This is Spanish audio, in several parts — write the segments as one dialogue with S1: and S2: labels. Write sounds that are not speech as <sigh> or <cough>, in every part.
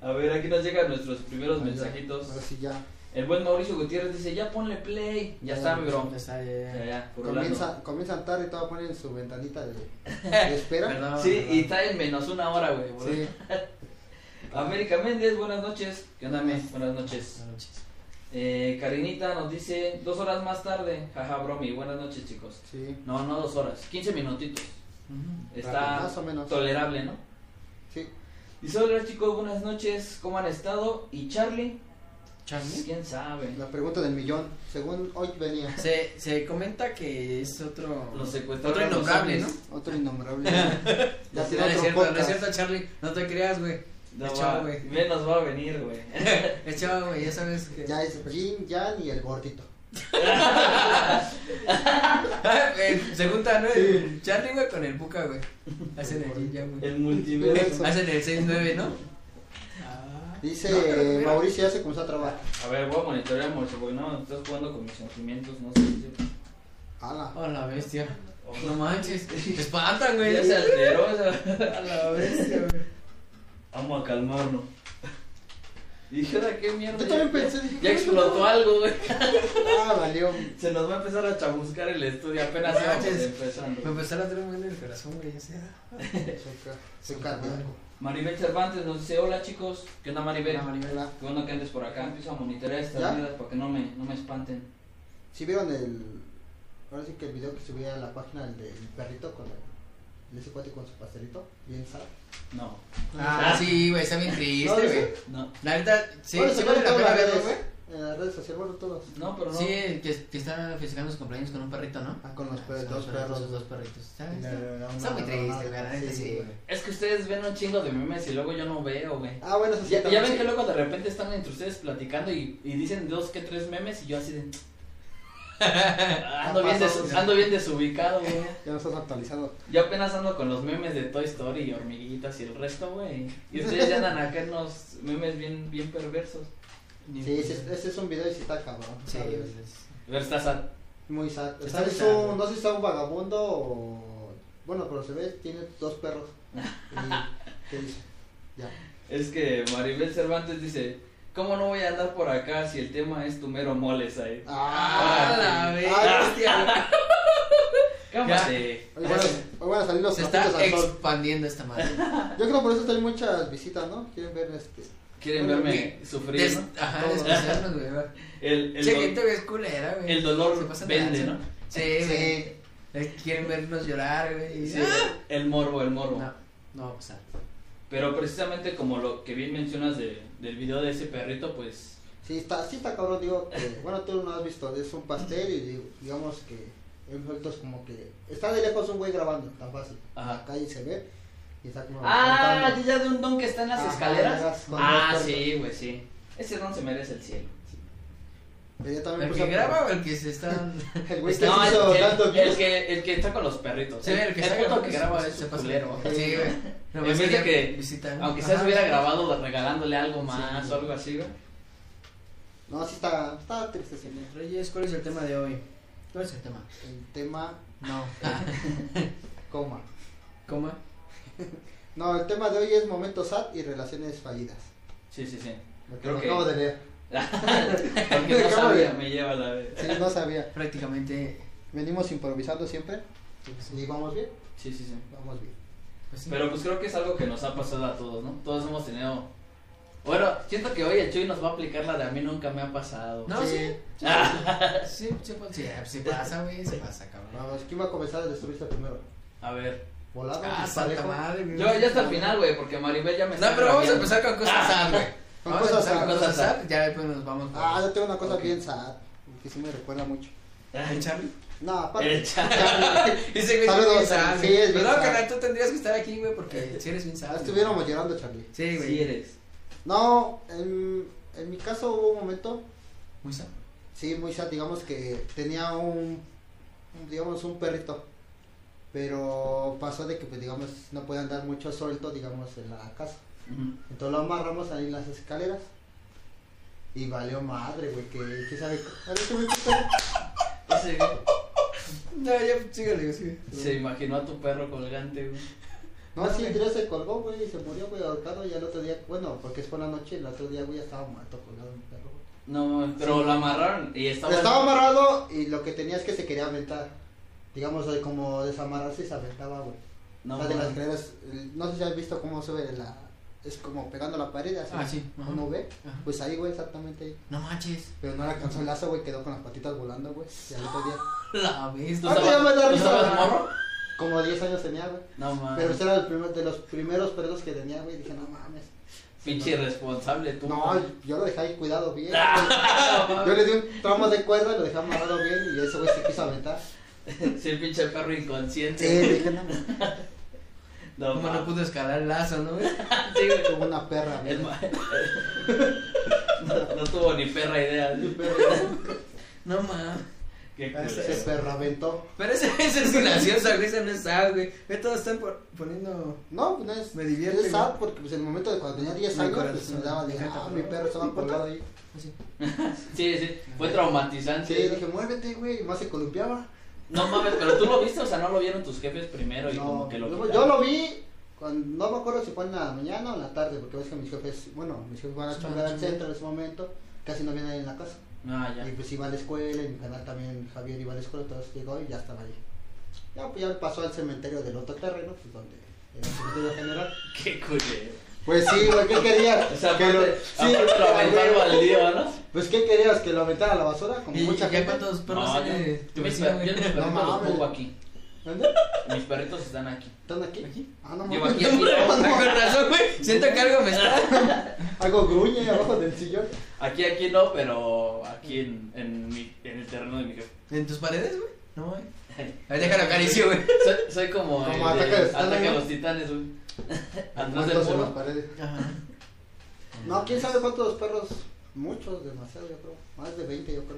S1: A ver, aquí nos llegan nuestros primeros
S2: Ah, ya.
S1: mensajitos.
S2: Ahora sí ya.
S1: El buen Mauricio Gutiérrez dice, ya ponle play. Ya, está, mi bro.
S3: Ya está, ya,
S1: Ya,
S3: ya.
S1: ya, por
S2: Comienza, comienzan tarde y todo ponen su ventanita
S3: <laughs>
S2: de, de espera.
S3: Perdón,
S1: Sí, y
S3: perdón.
S1: está en menos una hora, güey. boludo.
S2: sí.
S1: América Méndez, buenas noches. ¿Qué onda,
S3: Buenas
S1: mes? Buenas noches.
S3: Buenas noches.
S1: Eh, Karinita nos dice, dos horas más tarde. Jaja, bromi. Buenas noches, chicos.
S2: Sí.
S1: No, no dos horas. 15 minutitos. Está
S2: Más o menos.
S1: tolerable, ¿no?
S2: Sí.
S1: Dice, hola, chicos, buenas noches. ¿Cómo han estado? ¿Y Charlie? Pues,
S3: Charlie.
S1: ¿Quién sabe?
S2: La pregunta del millón. Según hoy venía.
S3: Se, se comenta que es otro.
S1: Los secuestraron.
S3: otro innombrable, ¿no?
S1: los
S2: Otro
S3: <laughs>
S2: innombrable.
S3: No,
S2: ya
S3: no
S2: tiene
S3: es
S2: otro
S3: cierto, no es
S2: podcast.
S3: cierto, Charlie. No te creas, güey.
S1: No,
S3: Es chavo,
S1: va-
S3: güey.
S1: menos va a venir, güey.
S3: Es chavo, güey, ya sabes que.
S2: Ya es Jin, Jan y el gordito.
S3: <laughs> Eh, se juntan, ¿no?
S2: Sí.
S3: El Charlie, güey, con el Buca, güey. Hacen el ninja, güey.
S1: El multiverso.
S3: Hacen el 6-9, ¿no?
S2: Dice
S3: No, pero mira.
S2: Mauricio ya se comenzó a trabajar.
S1: A ver, voy a monitorear mucho porque no, estás jugando con mis sentimientos, no sé. si-
S2: Ala.
S3: Oh, la bestia. No manches. Te espantan, güey.
S1: Oh. Ya se alteró esa.
S3: <laughs> A la bestia, güey.
S1: <laughs> Vamos a calmarnos. Y dije, "Ahora, qué mierda?
S2: Yo también
S1: Ya-
S2: pensé, dije,
S1: Ya explotó algo, güey.
S2: Ah, valió.
S1: Se nos va a empezar a chamuscar el estudio, apenas
S3: No
S1: vamos
S3: manches. Me
S1: empezando.
S3: empezaron a tener un buen en el corazón, güey. Ya sé.
S2: Soca- Socardiaco.
S1: Maribel Cervantes nos dice, hola chicos. ¿Qué onda Maribel?
S3: Hola, Maribel.
S2: Hola.
S1: Qué onda que andes por acá, empiezo a monitorear
S2: ¿Ya?
S1: estas mierdas para que no me, no me espanten.
S2: Si vieron el. Ahora sí que el video que subía a la página el del perrito con el. Ese cuate con su pastelito. Bien sal.
S1: No.
S3: Ah, sí, güey, está bien triste,
S2: ¿No,
S3: este, güey.
S2: dice?
S1: No.
S3: La verdad, sí,
S2: Bueno,
S3: sí
S2: sacaron
S3: vale la
S2: todas
S3: pena
S2: las
S3: verlo, güey.
S2: redes, ¿eh? En las redes sociales, bueno, todos.
S1: No, pero no.
S3: Sí, el que, que está festejando sus cumpleaños con un perrito, ¿no?
S2: Ah, con los
S3: Ah,
S2: perros,
S3: son
S2: dos perros.
S3: Dos perritos. Está,
S2: Y la-
S3: está-
S2: la- una-
S3: está muy
S2: una-
S3: triste, güey. la neta,
S2: sí,
S3: Sí,
S2: güey.
S3: güey.
S1: Es que ustedes ven un chingo de memes y luego yo no veo, güey.
S2: Ah, bueno, eso sí.
S1: Ya, ya
S2: también
S1: ven
S2: sí.
S1: que luego de repente están entre ustedes platicando y, y dicen dos que tres memes y yo así <laughs> de... Ah, ando, bien
S2: pasado,
S1: desu-
S2: ya.
S1: ando bien desubicado, <laughs> güey.
S2: Ya no estás actualizado.
S1: Yo apenas ando con los memes de Toy Story y hormiguitas y el resto, güey. Y ustedes ya andan acá en los memes bien, bien perversos.
S3: Ni-
S2: Sí, ese, ese es un video y sí está cabrón.
S3: Sí,
S2: ¿sabes?
S3: güey, es-
S1: Pero está sad.
S2: Muy sad.
S3: Está
S2: ¿Sabes?
S3: sad,
S2: un-
S3: güey.
S2: no sé si sea un vagabundo o. Bueno, pero se ve, tiene dos
S3: <laughs>
S2: perros. Y, ¿Qué dice? Ya.
S1: Es que Maribel Cervantes dice, ¿cómo no voy a andar por acá si el tema es tu mero mole, ahí?
S3: ¡Ah, la bestia! güey.
S2: Ah,
S1: Cámate.
S2: Hoy van, a, hoy van a salir los
S3: Se está
S2: trapitos al sol.
S3: expandiendo esta madre.
S2: Yo creo por eso están muchas visitas, ¿no? Quieren ver este.
S1: Quieren
S2: Bueno,
S1: verme sufrir,
S3: Des-
S1: ¿no?
S3: Ajá,
S2: Todo.
S3: despreciarnos, güey. va.
S1: El, el
S3: Che,
S1: do-
S3: gente, güey, es culera, güey.
S1: el
S3: Se
S1: dolor
S3: pasan de
S1: vende,
S3: lanza.
S1: ¿no?
S3: Sí, güey.
S2: Sí.
S3: Eh, Quieren vernos llorar, güey. y-
S1: Sí, el morbo, el morbo.
S3: No, no va a pasar.
S1: Pero precisamente como lo que bien mencionas de, del video de ese perrito, pues
S2: Sí, está, sí está cabrón, digo que, bueno, tú no has visto, es un pastel y digo, digamos que envueltos como que, está de lejos un güey grabando, tan fácil,
S1: Ajá.
S2: la calle se ve y está como
S1: Ah,
S2: cantando.
S1: ya de un don que está en las
S2: Ajá,
S1: escaleras.
S2: llegas con
S1: Ah,
S2: dos puertas.
S1: sí, güey, sí. Ese don se merece el cielo.
S2: Pero yo también
S3: ¿El
S2: puse
S3: que
S2: a-
S3: graba o el que se está.?
S2: El güey
S1: Este
S2: que
S1: No,
S2: se
S1: el,
S2: hizo
S1: el-
S2: tanto
S1: el que, el que está con los perritos.
S3: Sí, el que está
S1: puto
S3: grabando
S1: que
S3: se-
S1: graba
S3: se-
S1: es
S3: se
S1: un
S3: pasa.
S1: culero.
S3: Sí, güey.
S1: En
S3: pues
S1: vez de que- Aunque se
S3: se
S1: hubiera grabado regalándole algo más
S2: Sí.
S1: o algo así, güey.
S2: No, sí está, está triste sí.
S3: Reyes, ¿cuál es el tema de hoy? ¿Cuál es el tema?
S2: el tema
S3: <laughs> No.
S2: coma.
S3: ¿Cómo?
S2: No, el tema de hoy es momentos sad y relaciones fallidas,
S1: Sí,
S3: <laughs>
S1: sí, <laughs> sí.
S2: lo que
S1: Creo
S2: lo
S1: que-
S2: acabo de leer,
S1: Porque no sabía, me lleva la vez.
S2: sí, no sabía,
S3: Prácticamente.
S2: venimos improvisando siempre y vamos bien,
S1: Sí, sí, sí.
S2: vamos bien.
S3: pues, sí.
S1: Pero pues creo que es algo que nos ha pasado a todos, ¿no? Todos hemos tenido... Bueno, siento que hoy el Chuy nos va a aplicar la de a mí nunca me ha pasado.
S3: No, sí. <laughs> Sí, sí, sí, sí, sí, sí, pasa, güey. Se pasa, cabrón.
S2: Vamos, ¿quién va a comenzar a destruirse primero?
S1: A ver.
S2: Volado,
S3: Ah,
S2: disparejo.
S3: santa madre, güey.
S1: Yo ya hasta el final, güey, porque Maribel ya me
S3: No,
S1: está
S3: pero vamos a
S1: rabiando.
S3: empezar con cosas sad, güey.
S2: Con
S3: Vamos a
S2: cosas
S3: empezar Ah. con
S2: sad.
S3: cosas sad. Ya después nos vamos. por-
S2: Ah, yo tengo una cosa
S3: Ok.
S2: bien sad, que sí me recuerda mucho.
S3: ¿El Charlie?
S1: El
S2: No, aparte. <laughs>
S1: chat.
S3: <laughs> Ese güey
S2: Saludos, Charlie.
S3: es bien sad.
S2: Sí, es
S3: güey.
S2: bien
S3: Perdón,
S2: sad.
S3: carnal, tú tendrías que estar aquí, güey, porque si eres bien sad.
S2: Ah,
S3: güey.
S2: Estuviéramos llorando, Charlie.
S3: Eh, Sí,
S1: Sí
S3: güey.
S1: eres.
S2: No, en, en mi caso hubo un momento,
S3: Muy sad.
S2: sí, muy sad, digamos que tenía un, un- digamos, un perrito. Pero pasó de que, pues, digamos, no podía andar mucho suelto, digamos, en la casa.
S1: Ujú.
S2: Entonces lo amarramos ahí en las escaleras. Y valió madre, güey, que, que sabe. A ver, güey, ¿qué tal?
S1: Ese güey
S3: No, ya, síguele, síguele.
S1: se imaginó a tu perro colgante, güey.
S2: No, sí, Andrés se colgó, güey, y se murió, güey, ahorcado. Y al otro día, bueno, porque es por la noche, el otro día, güey, ya estaba muerto colgado en el perro. güey.
S1: No, pero lo amarraron y estaba.
S2: Estaba amarrado y lo que tenía es que se quería aventar. Digamos, eh, como desamarrarse y se aventaba, güey.
S1: No,
S2: o sea, de las
S1: mames.
S2: escaleras, eh, no sé si has visto cómo sube de la. Es como pegando la pared, así.
S3: Ah, sí, ajá.
S2: Uno ve.
S3: Ajá.
S2: Pues ahí, güey, exactamente ahí.
S3: No manches.
S2: Pero no le alcanzó el lazo, güey, quedó con las patitas volando, güey. Y al otro día.
S3: La vez.
S1: ¿Tú
S2: Ah,
S1: estabas-
S2: ya me da
S1: tú
S2: risa.
S1: estabas morro?
S2: Como 10 años tenía, güey.
S1: No mames.
S2: Pero ese era el primer, de los primeros perros que tenía, güey. Dije, no mames.
S1: Pinche irresponsable tú.
S2: No, yo lo dejé ahí cuidado bien.
S1: Ah,
S2: Yo le di un tramo de cuerda, lo dejé amarrado bien y ese güey se quiso aventar.
S1: <laughs> Sí, el pinche perro
S2: Sí,
S1: inconsciente.
S2: dije, no mames.
S1: No,
S3: ¿Cómo no
S1: mames.
S3: pudo escalar el lazo, no?
S1: <laughs>
S3: güey?
S1: Sí, güey.
S2: Como una perra, güey.
S1: Es ma- <laughs> no, no tuvo ni perra idea.
S2: Un perro.
S3: No mames.
S1: Qué
S2: Ah, Ese
S1: culero.
S2: perro aventó.
S3: Pero ese, ese es gracioso, güey. Ese no es sad, güey. Ve, todos están por- poniendo.
S2: No, pues no es.
S3: Me divierte,
S2: Es sad
S3: güey.
S2: porque pues, en el momento de cuando tenía 10
S3: Mi
S2: años, pues
S3: corazón.
S2: me daba de. Ah, mi perro estaba colgado ahí.
S3: Así.
S1: Sí, sí, fue traumatizante.
S2: Sí, dije, muévete, güey. Y más se columpiaba.
S1: No mames, pero tú lo viste, o sea, no lo vieron tus jefes primero y como
S2: No,
S1: que lo
S2: yo,
S1: quitaron?
S2: yo lo vi. Cuando, no me acuerdo si fue en la mañana o en la tarde, porque ves que mis jefes, bueno, mis jefes van a
S3: Sí,
S2: chambear al
S3: sí.
S2: centro en ese momento, casi no vienen en la casa.
S1: Ah, ya.
S2: Y pues iba a la escuela, y mi canal también, Javier iba a la escuela, entonces llegó y ya estaba ahí. Ya, pues ya pasó al cementerio del otro terreno, pues donde era el cementerio general.
S1: Qué culero.
S2: Pues sí,
S1: <laughs>
S2: güey, ¿qué querías?
S1: O sea,
S2: Que lo-
S1: aparte,
S2: sí,
S1: aparte lo
S2: güey,
S1: aventaron al lío, ¿no?
S2: Pues ¿qué querías? ¿Que lo aventara a la basura? Como
S3: ¿Y
S2: mucha
S3: mucha
S2: gente.
S3: cuántos perros
S1: No, yo,
S3: tiene?
S1: yo
S3: tu
S1: mis
S3: vecino,
S1: per-
S3: güey?
S1: yo mis perritos
S2: No
S1: los
S2: mames.
S1: pongo aquí.
S2: ¿Dónde?
S1: Mis perritos están aquí.
S2: ¿Están aquí?
S1: Aquí.
S2: Ah, no,
S1: Llevo
S2: mames.
S1: aquí, aquí.
S3: Ah, <laughs> Con razón, güey. Siento que algo me está.
S2: <laughs> Algo gruñe abajo del sillón.
S1: Aquí, aquí no, pero aquí en, en, mi, en el terreno de mi jefe.
S3: ¿En tus paredes, güey? No, güey. A ver, déjalo acaricio, güey.
S1: Soy, soy como,
S2: Como
S1: el
S2: ataque
S1: de
S2: de titanes,
S1: ataque a
S2: ¿no?
S1: los titanes, güey. Atrás del
S2: Muertos en las
S1: muro.
S2: paredes.
S3: Ajá.
S2: No, quién sabe cuántos perros, muchos, demasiado yo creo, más de 20 yo creo,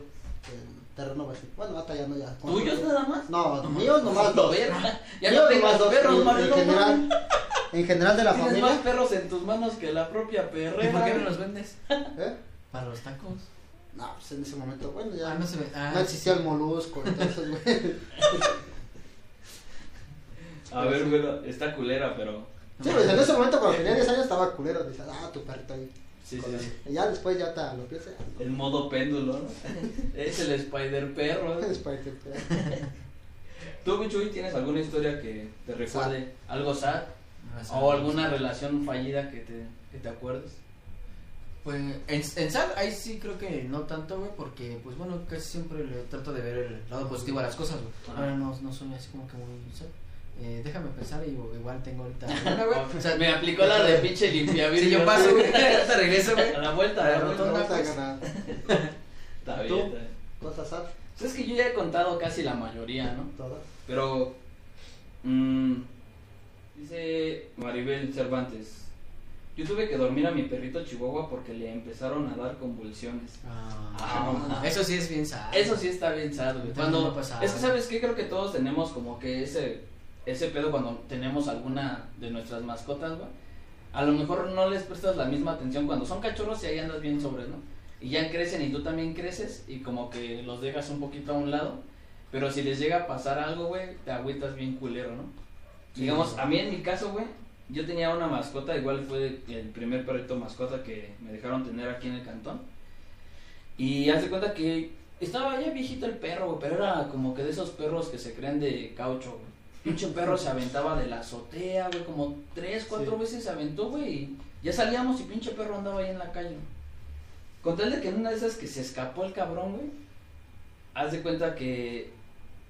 S2: el terreno vecino. Bueno, hasta ya no ya.
S1: ¿Tuyos nada más?
S2: No, míos nomás
S1: Lo
S2: dos.
S1: ver, <laughs> Ya
S2: Míos
S1: no tengas
S2: nomás dos, y
S1: perros,
S2: en-
S1: Mario.
S2: en
S1: no mames.
S2: general, en general de la
S1: Tienes más
S2: familia.
S1: perros en tus manos que la propia
S3: ¿Y
S1: perrera.
S3: por qué no los vendes?
S2: ¿eh?
S3: Para los tacos.
S2: No, pues en ese momento, bueno, ya
S3: Ah, no se ve. Ah,
S2: no existía el molusco, entonces,
S3: <laughs>
S2: güey.
S1: A ver, bueno, está culera, pero.
S2: Sí, pues en ese momento cuando tenía 10 años estaba culero, dices, ah, tu perrito ahí.
S1: Sí, sí,
S2: Con-
S1: sí.
S2: Y ya después ya te lo piensas. ah,
S1: El modo péndulo, ¿no? <laughs> Es el Spider Perro.
S2: no, es para que te-
S1: ¿Tú, Michuy, tienes alguna historia que te recuerde algo sad?
S3: Razón.
S1: ¿O alguna relación fallida que te, que te acuerdes?
S3: Pues en, en SAT ahí sí creo que no tanto, güey, porque pues bueno, casi siempre le trato de ver el lado positivo a las cosas, güey.
S1: Ajá.
S3: Ahora no, no soy así como que muy sad. Eh, déjame pensar y igual tengo ahorita. Una, güey. O sea,
S1: me aplicó la de pinche limpiavidrio.
S3: si yo paso, güey, te regreso, güey.
S1: A la vuelta, a la
S2: No
S1: vuelta.
S2: te vas a
S3: pues.
S2: ganar
S1: Está bien,
S2: ¿Tú?
S1: está bien.
S2: cosas sad,
S1: Pues Es que yo ya he contado casi la mayoría, ¿no?
S2: todas.
S1: Pero. mm, dice Maribel Cervantes. Yo tuve que dormir a mi perrito Chihuahua porque le empezaron a dar convulsiones. Ah, no,
S3: Ah,
S1: no.
S3: eso sí es bien sad.
S1: Eso sí está bien sad, güey.
S3: También me
S1: Cuando.
S3: ha pasado.
S1: Es que, ¿sabes qué? Creo que todos tenemos como que ese. Ese pedo cuando tenemos alguna de nuestras mascotas, güey. A lo mejor no les prestas la misma atención cuando son cachorros y ahí andas bien sobre, ¿no? Y ya crecen y tú también creces y como que los dejas un poquito a un lado. Pero si les llega a pasar algo, güey, te agüitas bien culero, ¿no?
S3: Sí,
S1: Digamos,
S3: güey.
S1: a mí en mi caso, güey, yo tenía una mascota, igual fue el primer perrito mascota que me dejaron tener aquí en el cantón. Y haz de cuenta que estaba ya viejito el perro, güey, pero era como que de esos perros que se creen de caucho, güey. Pinche perro se aventaba de la azotea, güey, como tres, cuatro
S2: Sí.
S1: veces se aventó, güey. y Ya salíamos y pinche perro andaba ahí en la calle. güey. Con tal de que en una de esas que se escapó el cabrón, güey, haz de cuenta que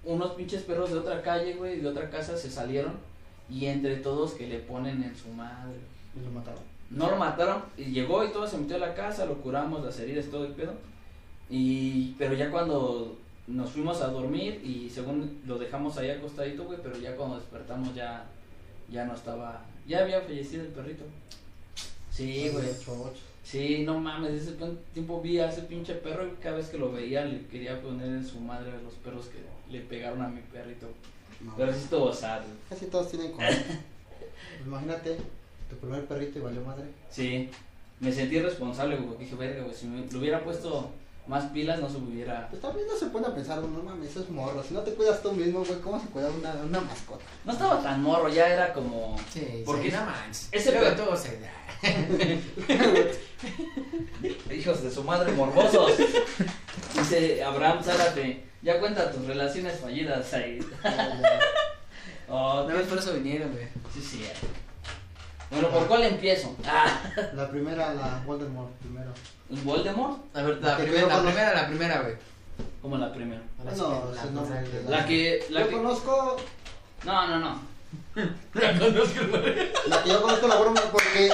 S1: unos pinches perros de otra calle, güey, de otra casa se salieron y entre todos que le ponen en su madre.
S2: Y lo mataron.
S1: No lo mataron, y llegó y todo se metió a la casa, lo curamos, las heridas, todo el pedo. Y, pero ya cuando nos fuimos a dormir y según lo dejamos ahí acostadito, güey, pero ya cuando despertamos ya, ya no estaba, ya había fallecido el perrito. Sí, güey.
S2: Ocho, ocho.
S1: Sí, no mames, ese pin- tiempo vi a ese pinche perro y cada vez que lo veía le quería poner en su madre a los perros que le pegaron a mi perrito.
S2: No,
S1: Pero sí estuvo sad.
S2: Casi todos tienen
S3: <laughs>
S2: comida. Imagínate, tu primer perrito y valió madre.
S1: Sí, me sentí responsable, güey. porque Dije, verga, güey, si me lo hubiera puesto más pilas, no se hubiera.
S2: Pues también no se pone a pensar, no mames, esos morros. Si no te cuidas tú mismo, güey, ¿cómo se cuida una, una
S3: <laughs>
S2: mascota?
S1: No estaba tan morro, ya era como.
S3: Sí,
S1: Porque
S3: sí,
S1: es-
S3: no manches.
S1: ese
S3: Luego
S1: pe-
S3: todo se da.
S1: Hijos de su madre morbosos. Dice Abraham Zárate, ya cuenta tus relaciones fallidas ahí. Oh,
S3: Nada más por eso vinieron, güey.
S1: sí, sí. eh. Bueno, ¿por cuál empiezo? Ah,
S2: la primera, la Voldemort, primero.
S1: Voldemort,
S3: A ver, la
S2: Te
S3: primera,
S2: creo
S3: la
S2: cuando-
S3: primera, la primera, güey.
S1: como la primera.
S3: Ahora sí
S2: No,
S3: que
S2: ese no,
S3: primera.
S2: güey,
S1: La que, la
S2: yo
S1: que,
S2: conozco,
S1: no, no, no. La conozco, güey.
S2: la que yo conozco la broma porque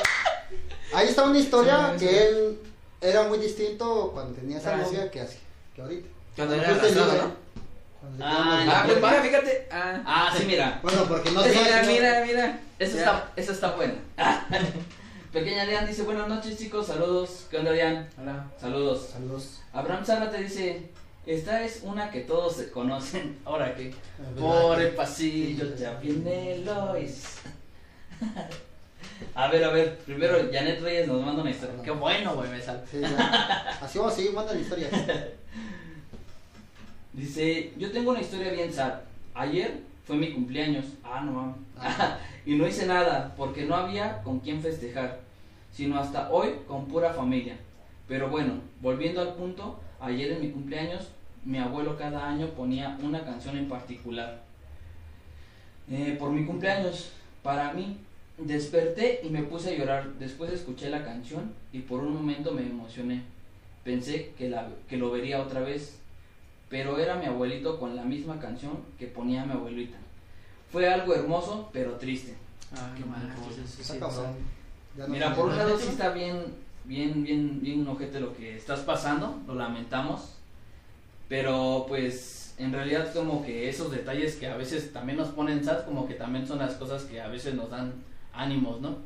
S2: ahí está una historia
S3: Sí, sí.
S2: que él era muy distinto cuando tenía esa
S3: Ah,
S2: novia
S3: sí.
S2: que hace, que ahorita.
S3: Cuando era
S2: Yo te
S3: arrastrado,
S2: digo,
S3: ¿no?
S2: cuando se
S1: Ah,
S2: quedan
S1: la-
S3: Ah,
S2: los-
S3: pues para, fíjate. Ah,
S1: Ah, sí, mira.
S2: Bueno, porque no
S3: mira,
S2: no-
S3: mira, mira.
S1: Esa
S3: Ya.
S1: está, esa está buena. Ah. <laughs> Pequeña Lean dice, buenas noches chicos, saludos. ¿Qué onda, Lean?
S3: Hola.
S1: Saludos.
S2: Saludos.
S1: Abraham Zárate dice, esta es una que todos se conocen. <laughs> Ahora que
S2: eh,
S1: por el
S2: Pobre
S1: pasillo te viene Lois. <laughs> A ver, a ver, primero Janet Reyes nos manda una historia. Qué bueno, güey, me sal.
S2: Sí, ya. Así vamos a seguir, manda la historia.
S1: Dice, yo tengo una historia bien sad. Ayer fue mi cumpleaños. Ah, no mames.
S2: Ah.
S1: y no hice nada porque no había con quién festejar, sino hasta hoy con pura familia. Pero bueno, volviendo al punto, ayer en mi cumpleaños mi abuelo cada año ponía una canción en particular. Eh, por mi cumpleaños, para mí, desperté y me puse a llorar. Después escuché la canción y por un momento me emocioné. Pensé que, la, que lo vería otra vez, pero era mi abuelito con la misma canción que ponía mi abuelita. Fue algo hermoso, pero triste.
S3: Ah,
S1: Qué manches,
S3: eso
S2: Está cabrón. Ya no
S1: Mira,
S2: sé.
S1: por un lado sí está bien, bien, bien, bien ojete lo que estás pasando, lo lamentamos, pero pues en realidad como que esos detalles que a veces también nos ponen sad, como que también son las cosas que a veces nos dan ánimos, ¿no?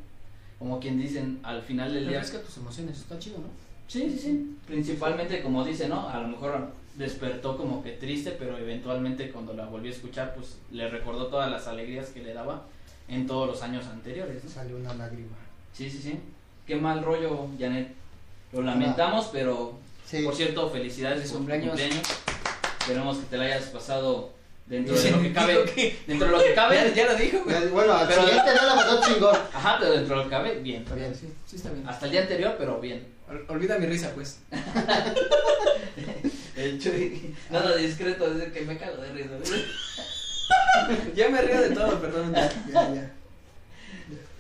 S1: Como quien dicen, al final del día...
S3: Refresca tus emociones, está chido, ¿no?
S1: Sí, sí, sí. Principalmente, como dice, ¿no? A lo mejor despertó como que triste, pero eventualmente cuando la volvió a escuchar, pues le recordó todas las alegrías que le daba en todos los años anteriores. ¿no?
S2: Salió una lágrima.
S1: Sí, sí, sí. Qué mal rollo, Janet. Lo lamentamos, pero
S2: Sí.
S1: por cierto, felicidades de
S3: Feliz
S1: su cumpleaños.
S3: cumpleaños.
S1: Esperemos que te la hayas pasado dentro de
S3: Sí,
S1: lo que
S3: <laughs> digo
S1: cabe.
S3: que-
S1: Dentro de lo que
S3: Ya,
S1: cabe.
S3: ya lo dijo, güey.
S2: Bueno, al
S1: Pero-
S2: siguiente día la mandó
S1: <laughs>
S2: chingón.
S1: Ajá, pero dentro de lo que cabe, bien.
S2: Está bien.
S3: Sí, sí está bien.
S1: Hasta el día anterior, pero bien.
S3: Ah, Ol- Olvida mi risa, pues. <laughs>
S1: El Chuy, <laughs> nada discreto, es de que me cago de
S3: <laughs>
S1: risa.
S3: Ya me río de todo, perdón. Ya, ya.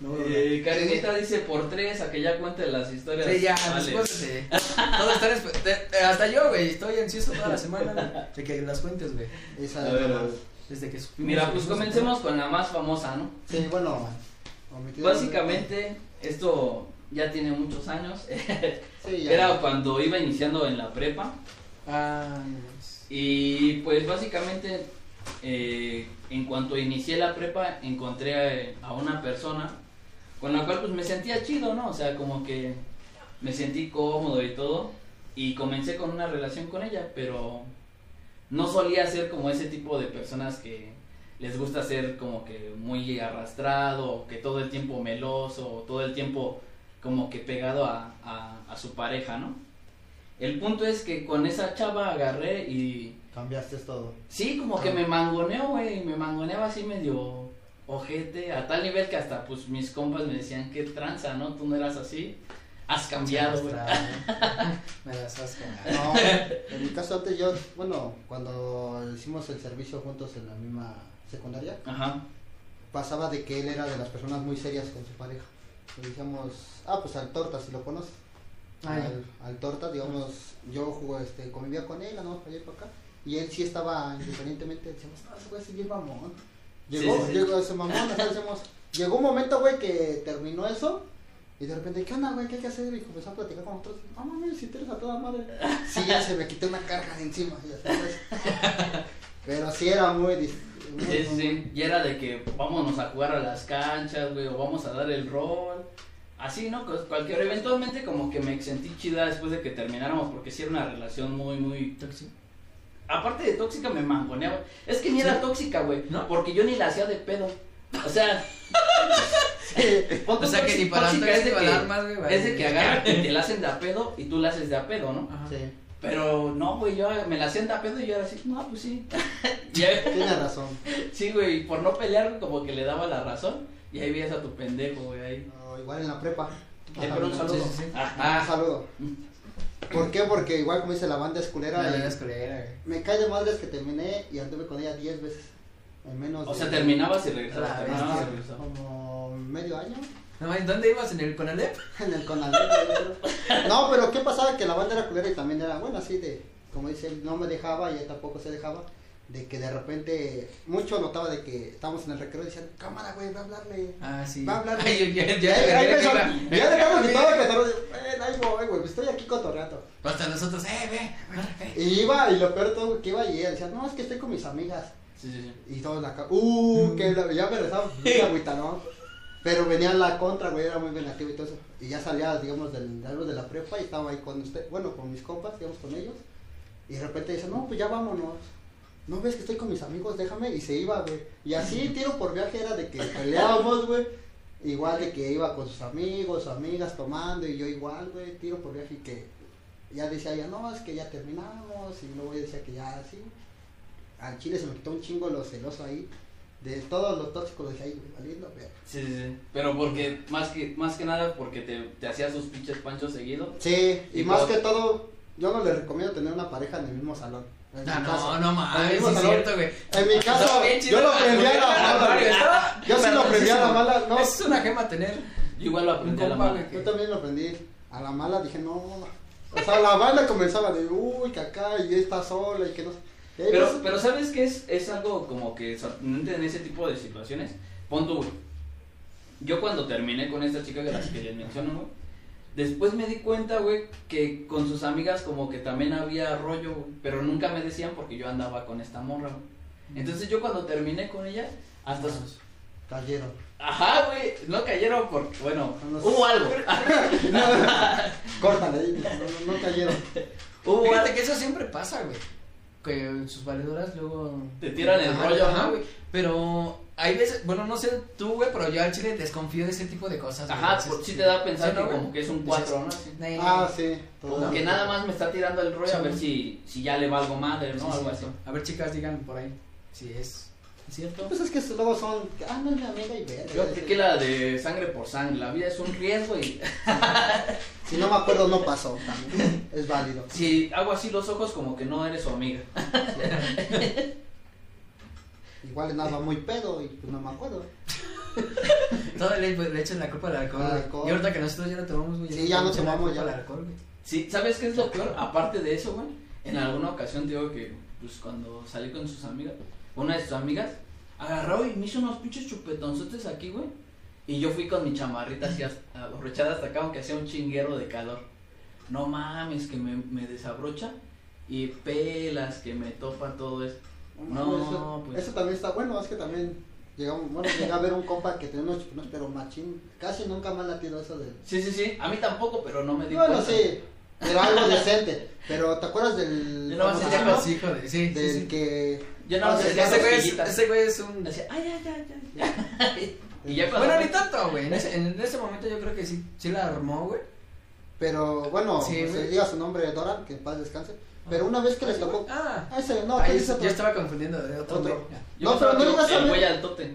S2: No,
S1: Eh, Karenita dice por tres a que ya cuente las historias.
S3: Sí, ya,
S1: Vale.
S3: después de... Todo estar esp- te- te- pues, Hasta yo, güey, estoy ansioso toda la semana güey, de que las cuentes, güey.
S2: Esa
S1: A ver, a ver.
S3: Desde que supimos...
S1: Mira, pues comencemos con la más famosa, ¿no?
S2: Sí, bueno. omitido-
S1: Básicamente, esto ya tiene muchos años. <laughs>
S2: Sí, ya.
S1: Era cuando iba iniciando en la prepa.
S3: Ah, no.
S1: Y pues básicamente, eh, en cuanto inicié la prepa, encontré eh, a una persona con la cual pues me sentía chido, ¿no? O sea, como que me sentí cómodo y todo. Y comencé con una relación con ella, pero no solía ser como ese tipo de personas que les gusta ser como que muy arrastrado, o que todo el tiempo meloso, o todo el tiempo como que pegado a, a- a su pareja, ¿no? El punto es que con esa chava agarré y <laughs>
S2: Cambiaste todo.
S1: Sí, como que me mangoneo, güey, me mangoneaba así medio ojete, a tal nivel que hasta pues mis compas me decían, qué tranza, ¿no? Tú no eras así, has cambiado, güey.
S3: Me las has cagado.
S2: No, en mi caso antes yo, bueno, cuando hicimos el servicio juntos en la misma secundaria,
S1: Ajá,
S2: pasaba de que él era de las personas muy serias con su pareja. Le decíamos, ah, pues al Torta, si lo conoces.
S3: Ah, ya.
S2: al, al Torta, digamos, yo jugué, este, convivía con él, andamos para allá y para acá. Y él sí estaba independientemente, decíamos, no, ese güey sí es bien mamón. Llegó,
S1: Sí, sí, sí.
S2: llegó ese mamón, o
S1: <laughs>
S2: sea, decíamos, llegó un momento, güey, que terminó eso. Y de repente, ¿qué onda, güey? ¿Qué hay que hacer? Y comenzó a platicar con nosotros. No mames, si te eres a toda madre. Sí, ya se me quitó una carga de encima. ya
S1: <laughs>
S2: sabes. Pero sí era muy dis- muy-
S1: sí, sí, sí. Y era de que vámonos a jugar a las canchas, güey, o vamos a dar el rol. Así, ¿no? Cos- Cualquier, eventualmente como que me sentí chida después de que termináramos, porque sí era una relación muy, muy...
S3: Tóxico.
S1: Aparte de tóxica, me mangoneaba. Es que ni
S3: Sí.
S1: era tóxica, güey,
S3: ¿No?
S1: porque yo ni la hacía de pedo. O
S3: <laughs>
S1: sea... eh,
S3: O sea que ni para
S1: Tóxica
S3: Antonio
S1: es de
S3: ni para
S1: que-
S3: armas, güey.
S1: Es de que agarran y te la hacen de a pedo y tú la haces de a pedo, ¿no?
S3: Ajá.
S2: Sí.
S1: Pero no, güey, yo me la sienta pedo y yo era así, no, pues
S3: <laughs>
S1: sí. Ya,
S2: Tiene razón.
S1: sí, güey, por no pelear como que le daba la razón y ahí veías a tu pendejo, güey, ahí.
S2: No, igual en la prepa.
S1: Eh, pero un saludo.
S3: Sí, sí, sí.
S2: Ah,
S1: Ajá.
S2: un saludo. ¿Por qué? Porque igual como dice la banda es culera.
S3: La
S2: y
S3: de la escalera, güey.
S2: Me cae de madres que terminé y anduve con ella 10 veces. En menos
S1: O
S2: de-
S1: sea, terminabas y regresabas.
S3: Ah,
S1: terminabas y
S2: Ajá,
S1: regresabas.
S2: como medio año <laughs>
S3: No, mames, ¿Dónde ibas? ¿En el Conalep?
S2: en el Conalep, yo creo. No, pero ¿qué pasaba? Que la banda era culera y también era, bueno, así de, como dice, él, no me dejaba y él tampoco se dejaba. De que de repente, mucho notaba de que estábamos en el recreo y decían, cámara, güey, va a hablarle.
S3: Ah, sí.
S2: Va a hablar.
S3: Ay, yo- yo- yo-
S2: Ya, ya,
S3: yo- yo-
S2: empezó- ya dejamos de todo, empezaron de, "Ven, ahí voy, güey, estoy aquí cotorreando.
S3: Hasta nosotros, eh, ve, agarra, ve.
S2: Y iba, y lo peor de todo, que iba y ella decía, no, es que estoy con mis amigas.
S1: Sí, sí, sí.
S2: Y todos la ca- Uh, que la- ya me rezaba, bien agüitalón. Pero venía la contra, güey, era muy vengativo y todo eso. Y ya salía, digamos, del árbol de la prepa y estaba ahí con usted, bueno, con mis compas, digamos, con ellos. Y de repente dice, no, pues ya vámonos. No ves que estoy con mis amigos, déjame. Y se iba, güey. Y así, tiro por viaje era de que peleábamos, güey. Igual de que iba con sus amigos, sus amigas tomando y yo igual, güey, tiro por viaje y que ya decía ya, no, es que ya terminamos y luego yo decía que ya así. Al chile se me quitó un chingo lo celoso ahí. De todos los tóxicos lo dejé ahí, güey, valiendo, güey.
S1: Sí, sí, sí. Pero porque, más que, más que nada, porque te, te hacías sus pinches panchos seguido.
S2: Sí, y,
S1: Y
S2: más
S1: todo-
S2: que todo, yo no les recomiendo tener una pareja en el mismo salón. En
S3: Ah,
S2: mi
S3: No,
S2: caso.
S3: no
S2: En el
S3: mames, sí
S2: mismo
S3: es
S2: salón.
S3: cierto, güey.
S2: En mi caso,
S3: Estaba bien chido,
S2: yo lo
S3: güey,
S2: aprendí a
S3: porque
S2: la
S3: era
S2: mala,
S3: barrio,
S2: güey.
S3: estaba-
S2: Yo sí lo aprendí a la mala, no.
S3: Es una gema tener.
S1: Yo igual lo aprendí a la
S3: compa,
S1: mala.
S3: güey, que-
S2: Yo también lo aprendí. A la mala dije, no. O sea, la banda comenzaba de, uy, que acá y está sola y que no sé. Eh,
S1: Pero,
S2: pues,
S1: pero ¿sabes qué es? Es algo como que sorprendente en ese tipo de situaciones. Pon tú, güey. Yo cuando terminé con esta chica que las que les menciono, güey, después me di cuenta, güey, que con sus amigas como que también había rollo, güey, pero nunca me decían porque yo andaba con esta morra,
S3: Mm.
S1: güey. Entonces yo cuando terminé con ella, hasta sus...
S2: Cayeron. <laughs>
S1: Ajá, güey, no cayeron porque, bueno,
S2: No sé.
S1: hubo algo,
S2: <laughs> Córtale ahí, no, no cayeron.
S1: hubo algo.
S3: Fíjate que eso siempre pasa, güey. Que sus valedoras luego.
S1: Te tiran el rollo,
S3: Ajá,
S1: ¿no?
S3: güey. Pero hay veces, bueno, no sé tú, güey, pero yo al chile desconfío de ese tipo de cosas. güey.
S1: Ajá,
S3: Entonces,
S1: por- sí te da a pensar
S3: sí,
S1: que
S3: ¿no, güey?
S1: como que es un
S3: Dices,
S1: 4, ¿no? Así.
S3: "Nee".
S2: Ah, sí.
S1: Como que
S2: totalmente.
S1: nada más me está tirando el rollo a ver si, si ya le valgo madre,
S3: Sí,
S1: ¿no? Algo
S3: sí,
S1: así.
S3: sí. A ver, chicas, digan por ahí si es cierto.
S2: Pues es que luego son. Ah, no es mi amiga y ver.
S1: Yo creo que la de sangre por sangre, la vida es un riesgo y
S2: Si no me acuerdo, no pasó. También. Es válido.
S1: si hago así los ojos como que no eres su amiga.
S2: Igual andaba muy pedo y pues no me acuerdo.
S3: Todo le, pues, le echan la culpa al alcohol.
S2: Al
S3: güey.
S2: alcohol.
S3: Y ahorita que nosotros ya no tomamos, güey.
S2: Sí,
S3: le
S2: ya no
S3: echan la
S2: tomamos,
S3: culpa
S2: ya.
S3: al alcohol, güey.
S1: Sí, ¿sabes qué es lo peor? Aparte de eso, güey, en alguna ocasión te digo que pues cuando salí con sus amigas, una de sus amigas agarró y me hizo unos pinches chupetonzotes aquí, güey. Y yo fui con mi chamarrita así hasta- abrochada hasta acá, aunque hacía un chinguero de calor. No mames, que me, me desabrocha y pelas que me topa todo eso. No,
S2: eso,
S1: pues.
S2: eso también está bueno, es que también llegamos, bueno, llegué a ver un compa que tenía unos chupones, pero machín, casi nunca más latido eso de...
S1: Sí, sí, sí, a mí tampoco, pero no me di
S2: Bueno,
S1: cuenta.
S2: sí, pero algo decente, pero ¿te acuerdas del...
S1: Yo nada más
S2: famoso,
S1: sentía
S3: Ah,
S1: ¿no?
S3: sí, hijo de. Sí, sí,
S2: Del
S3: sí.
S2: que...
S1: Yo nada más
S2: Ese-
S1: sentía
S3: Ese güey, es,
S1: cosquillitas.
S3: ese güey es un.
S1: Decía, ay, ay, ay, ay, ay. Y ya cuando.
S3: Bueno, ni tanto, güey. En ese, en ese momento yo creo que sí, sí la armó, güey.
S2: Pero bueno,
S3: Sí,
S2: se
S3: güey.
S2: diga su nombre, Doran, que en paz descanse, pero una vez que les tocó...
S3: Ah,
S2: Ah, ese, no,
S3: ahí
S2: que
S3: es-
S2: ese otro,
S3: yo estaba confundiendo de otro.
S2: Otro.
S3: güey.
S1: Yo
S2: No, pero
S1: pensaba
S2: no
S1: que
S2: ibas a
S1: El
S2: ver.
S1: güey al tote.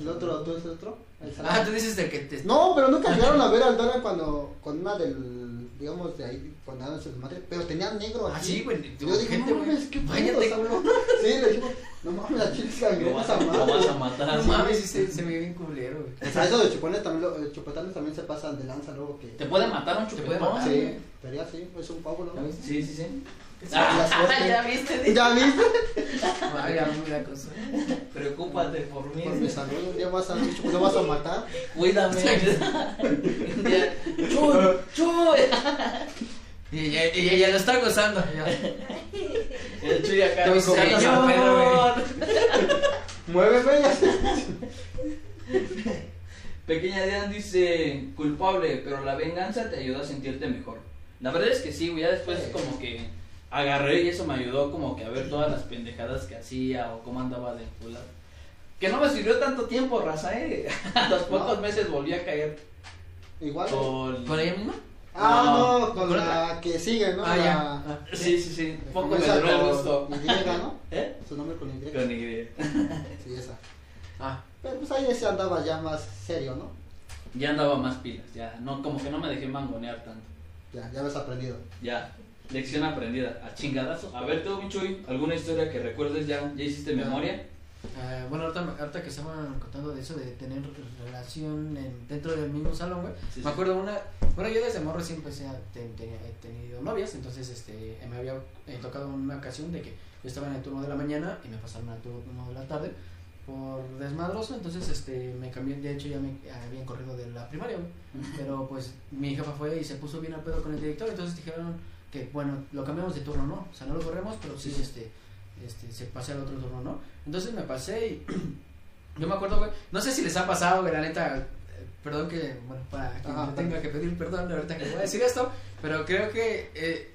S2: el otro, tú ese otro, el
S3: Ah,
S2: salado.
S3: tú dices del que te.
S2: No, pero nunca llegaron a ver al Doran cuando, con una del, digamos, de ahí, cuando daban su madre, pero tenía negro
S3: Ah, sí, güey.
S2: Yo dije,
S3: gente,
S2: no mames, qué pedo,
S3: Váyate, güey.
S2: cabrón. Sí, le dijimos, no mames, la chica se
S1: Lo
S2: sangró
S1: vas
S2: esa
S1: a, lo vas
S2: madre.
S1: a matar.
S3: No
S1: sí.
S3: mames, sí, se, se me ve bien culero, güey.
S2: O sea, eso de chupones también, lo- eh, chupetones también se pasan de lanza luego que...
S1: Te puede matar un
S3: Te puede
S1: chupetón.
S3: matar.
S2: Sí, estaría así, es un pavo, ¿no?
S1: Sí, sí, sí. Ah,
S2: la suerte.
S1: ya viste. di-
S2: ¿Ya viste?
S3: Vaya, muy la cosa.
S1: <laughs> Preocúpate por mí.
S2: Por mi salud, un día vas a, lo vas a matar.
S1: Cuídame. <laughs> Un día, Chuy, chuy.
S3: Y ella, y ella lo está gozando. Ya. <laughs>
S1: El chuy acá.
S3: Estoy
S1: dice,
S3: comiendo San Pedro,
S1: "Señor".
S2: Muéveme. <laughs>
S1: Pequeña Dian dice culpable, pero la venganza te ayuda a sentirte mejor. La verdad es que sí, güey, ya después
S2: Sí.
S1: como que agarré y eso me ayudó como que a ver todas las pendejadas que hacía o cómo andaba de culado. Que no me sirvió tanto tiempo, raza, eh. <laughs> A los pocos meses volví a caer
S2: Igual.
S1: con...
S3: ¿Por ella misma?
S2: Ah,
S1: Oh, No.
S2: no, con la la que sigue, ¿no?
S3: Ah,
S2: la,
S3: ya. Ah,
S1: Sí, sí, sí.
S2: que
S1: Poco me
S2: comienza
S1: duró el
S2: con
S1: gusto.
S2: Y llega, ¿no?
S1: ¿Eh?
S2: Su nombre con Y.
S1: Con Y.
S2: Sí, esa.
S3: Ah,
S2: Pero pues ahí se andaba ya más serio, ¿no?
S1: Ya andaba más pilas, ya. No, como que no me dejé mangonear tanto.
S2: Ya, ya habías aprendido.
S1: Ya. Lección aprendida. A chingadazos. A ver, tú, Chuy, ¿alguna historia que recuerdes ya? ¿Ya hiciste
S3: No.
S1: memoria?
S3: eh, bueno, ahorita, ahorita que estaban contando de eso de tener relación en- dentro del mismo salón, güey.
S1: Sí, sí.
S3: Me acuerdo una, bueno, yo desde morro siempre empecé a- te- tenía- he tenido novias, entonces este me había eh, tocado una ocasión de que yo estaba en el turno de la mañana y me pasaron al turno de la tarde por desmadroso, entonces este me cambié, de hecho ya me habían corrido de la primaria, güey. pero pues mi jefa fue y se puso bien al pedo con el director, entonces dijeron que bueno, lo cambiamos de turno, ¿no? O sea, no lo corremos, pero sí,
S1: Sí, sí.
S3: este este se pase al otro turno, ¿no? Entonces me pasé y <clears throat> yo me acuerdo, güey, no sé si les ha pasado, güey, la neta, eh, perdón que, bueno, para que
S2: Ajá,
S3: me tenga que pedir perdón ahorita que voy a decir esto, pero creo que, eh,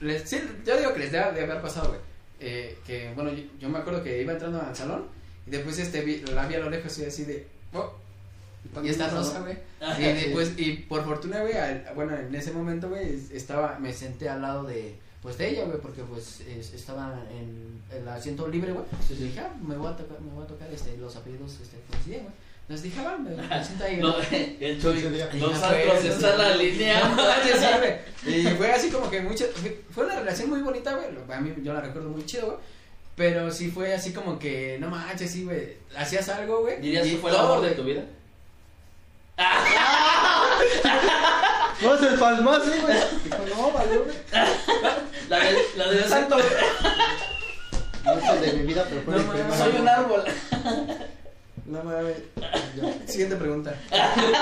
S3: les, sí, yo digo que les debe de haber pasado, güey, eh, que, bueno, yo, yo me acuerdo que iba entrando al salón y después, este, vi- la vi a lo lejos y así de, oh, y
S2: también
S3: está
S2: esa, ¿no?
S3: rosa, güey,
S1: Ah,
S3: y
S2: sí.
S3: después, y por fortuna, güey, al- bueno, en ese momento, güey, es- estaba, me senté al lado de, pues, de ella, güey, porque, pues, es- estaba en el asiento libre, güey,
S1: Sí,
S3: y
S1: sí.
S3: dije, ah, me voy a tocar, me voy a tocar este, los apellidos este, coinciden, güey. Entonces dije, ah, va, me, me
S1: <laughs>
S3: siento ahí.
S1: No,
S3: güey.
S1: el Chuy.
S2: Sí, sí, ya.
S1: Dos
S3: Ya
S1: astros
S3: fue,
S1: está
S3: sí.
S1: la
S3: <laughs> No
S1: línea.
S3: manches, sí, güey. Y fue así como que mucho. fue- Fue una relación muy bonita, güey. lo- A mí yo la recuerdo muy chido, güey. Pero sí fue así como que, no manches, sí, güey. Hacías algo, güey.
S1: ¿Dirías
S3: y
S1: que fue el
S3: todo,
S1: amor de
S3: güey.
S1: tu vida?
S2: No, se espalmó así, güey. Dijo, no, vale, güey.
S1: La de, la de
S3: Santo.
S2: No es el de mi vida, pero fue
S3: No,
S2: mi
S3: mames,
S2: primer
S1: Soy
S2: amor.
S1: un árbol.
S3: No mames.
S2: Ya,
S3: Siguiente pregunta.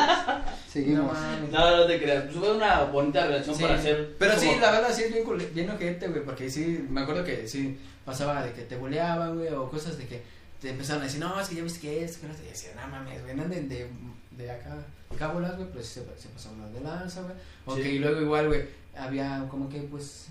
S3: No
S2: Seguimos.
S3: mames.
S1: No, no te creas. Pues fue una bonita relación
S3: Sí,
S1: para hacer.
S3: Pero sí,
S1: como-
S3: la verdad sí es bien, cule- bien ojete, güey, porque sí, me acuerdo que sí pasaba de que te boleaban, güey, o cosas de que te empezaron a decir, no, es que ya viste que es, que no sé, y decía, no mames, güey, no anden de, de acá, cábolas, güey, pues se, se pasaron las de lanza, güey, o
S1: Sí.
S3: que y luego igual, güey, había como que, pues,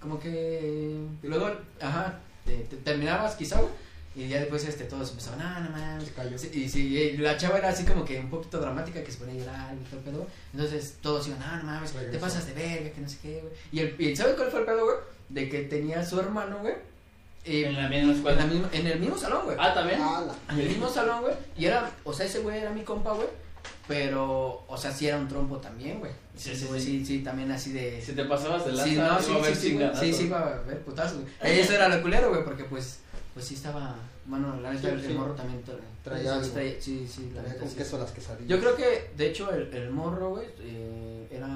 S3: como que, luego, ajá, te, te terminabas quizá, güey, y ya después este, todos empezaban, ah, no mames,
S2: Se cayó.
S3: Sí, y sí, y la chava era así como que un poquito dramática que se ponía a llorar y todo el pedo. Entonces todos iban, ah, no mames, te
S2: Regresó.
S3: pasas de verga, que no sé qué, güey. Y, el, y ¿sabes cuál fue el pedo, güey? De que tenía a su hermano, güey. eh,
S1: En la misma
S3: en, la
S1: escuela.
S3: misma- en el mismo salón, güey.
S1: Ah, también.
S2: Ala.
S3: En el mismo salón, güey. Y era, o sea, ese güey era mi compa, güey. Pero, o sea, sí era un trompo también, güey.
S1: Sí,
S3: Ese
S1: sí,
S3: güey,
S1: sí.
S3: sí, sí, también así de.
S1: Si te pasabas de lanza,
S3: Sí, no,
S1: iba
S3: sí,
S1: a haber
S3: sí, sí, güey.
S1: chingadazo.
S3: sí, sí, iba a haber putazos, güey. Eh, Eso era lo culero, güey, porque pues, pues sí estaba, bueno, la neta,
S2: Sí,
S3: el
S2: sí.
S3: morro también tra-
S2: Traía algo.
S3: sí, sí, la
S2: Traía
S3: neta,
S2: con
S3: sí.
S2: queso las quesadillas.
S3: Yo creo que, de hecho, el, el morro, güey, eh, era,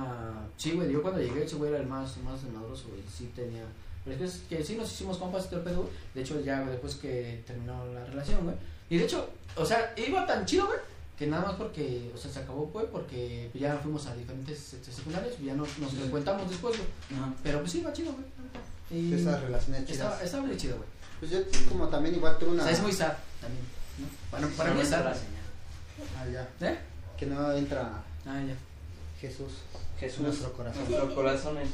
S3: sí, güey, yo cuando llegué, ese güey era el más, más desmadroso, güey, sí tenía, pero es que, es que sí nos hicimos compas y todo el pedo, güey. de hecho, ya güey, después que terminó la relación, güey, y de hecho, o sea, iba tan chido, güey, que nada más porque, o sea, se acabó, güey, porque ya fuimos a diferentes este, secundarios, ya nos, nos
S1: Sí.
S3: encontramos después, güey.
S1: Ajá.
S3: Pero pues sí, va chido, güey. Y
S2: Esas relaciones
S3: estaba,
S2: chidas.
S3: estaba muy chido, güey.
S2: Pues yo como también igual tuve
S3: O
S2: una...
S3: sea, es muy sad también. ¿no? Bueno, para mí es sad.
S2: Ah, ya.
S3: ¿Eh?
S2: Que no entra
S3: Ah, ya. <laughs>
S2: Jesús.
S1: Jesús.
S2: Nuestro corazón.
S1: Nuestro corazón es.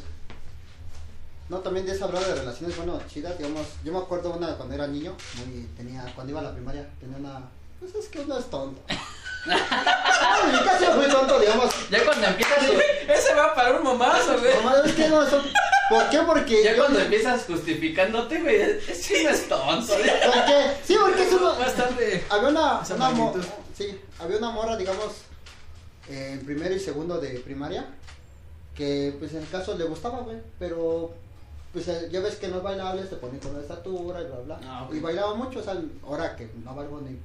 S2: No, también de esa hablar de relaciones, bueno, chidas, digamos, yo me acuerdo una cuando era niño, muy, tenía, cuando iba a la primaria, tenía una, pues es que uno es tonto. <laughs> Ah, en mi caso es muy tonto, digamos,
S1: Ya cuando empiezas,
S3: Ese va para un mamazo, güey.
S2: nomás es que no es tonto. ¿Por qué? Porque,
S1: ya
S2: yo-
S1: cuando empiezas justificándote, güey, es que no es tonto.
S2: ¿por qué? Sí, porque es uno,
S3: Bastante.
S2: había una,
S3: Esa
S2: una mo-
S3: magnitud.
S2: sí, había una morra, digamos, eh, en primero y segundo de primaria, que pues en el caso le gustaba, güey, pero pues eh, ya ves que no es bailable, te pone con la estatura y bla, bla.
S1: Ah, ok.
S2: Y bailaba mucho, o sea, ahora que no valgo ni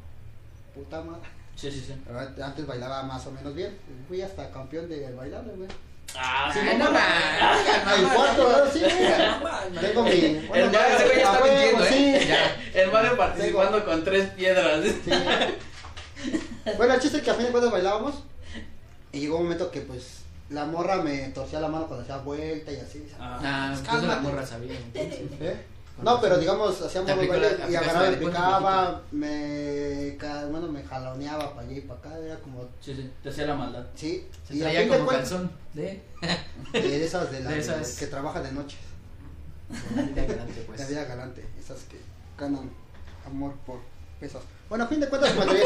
S2: puta madre. <laughs>
S1: Sí, sí, sí.
S2: Pero antes bailaba más o menos bien, fui hasta campeón de bailable, güey.
S1: Ah,
S2: Sí,
S1: ay,
S2: no,
S1: no, ma-
S2: El cuarto, ¿verdad? Sí, güey. Tengo
S1: <laughs> <laughs>
S2: mi...
S1: El
S2: bueno,
S1: Mario, ese güey ya
S2: a
S1: está
S2: huevo,
S3: mintiendo, ¿eh?
S2: sí. Ah,
S3: Ya.
S1: El Mario participando con tres piedras.
S2: Sí. bueno, el chiste es que a fin de cuentas bailábamos. Y llegó un momento que, pues, la morra me torcía la mano cuando hacía vuelta y así.
S1: Ah,
S3: Nah, pues la
S2: Cálmate.
S3: morra sabía. entonces.
S2: ¿Eh? No, pero digamos, hacíamos los
S3: Te aplicó
S2: bailes
S3: la-
S2: y
S3: aplicaste
S2: agarraba,
S3: la
S2: me
S3: de Ponte
S2: picaba, me, ca- bueno, me jaloneaba para allá y para acá. Era como,
S1: Sí, sí, te hacía la maldad.
S2: sí.
S3: Se
S2: y a
S3: traía
S2: fin de
S3: como
S2: cuentas-
S3: calzón de.
S2: de esas de las
S3: De esas.
S2: que trabajan de noche.
S3: La vida grande, pues.
S2: La vida galante, esas que ganan amor por pesos. Bueno, a fin de cuentas, cuando llegué-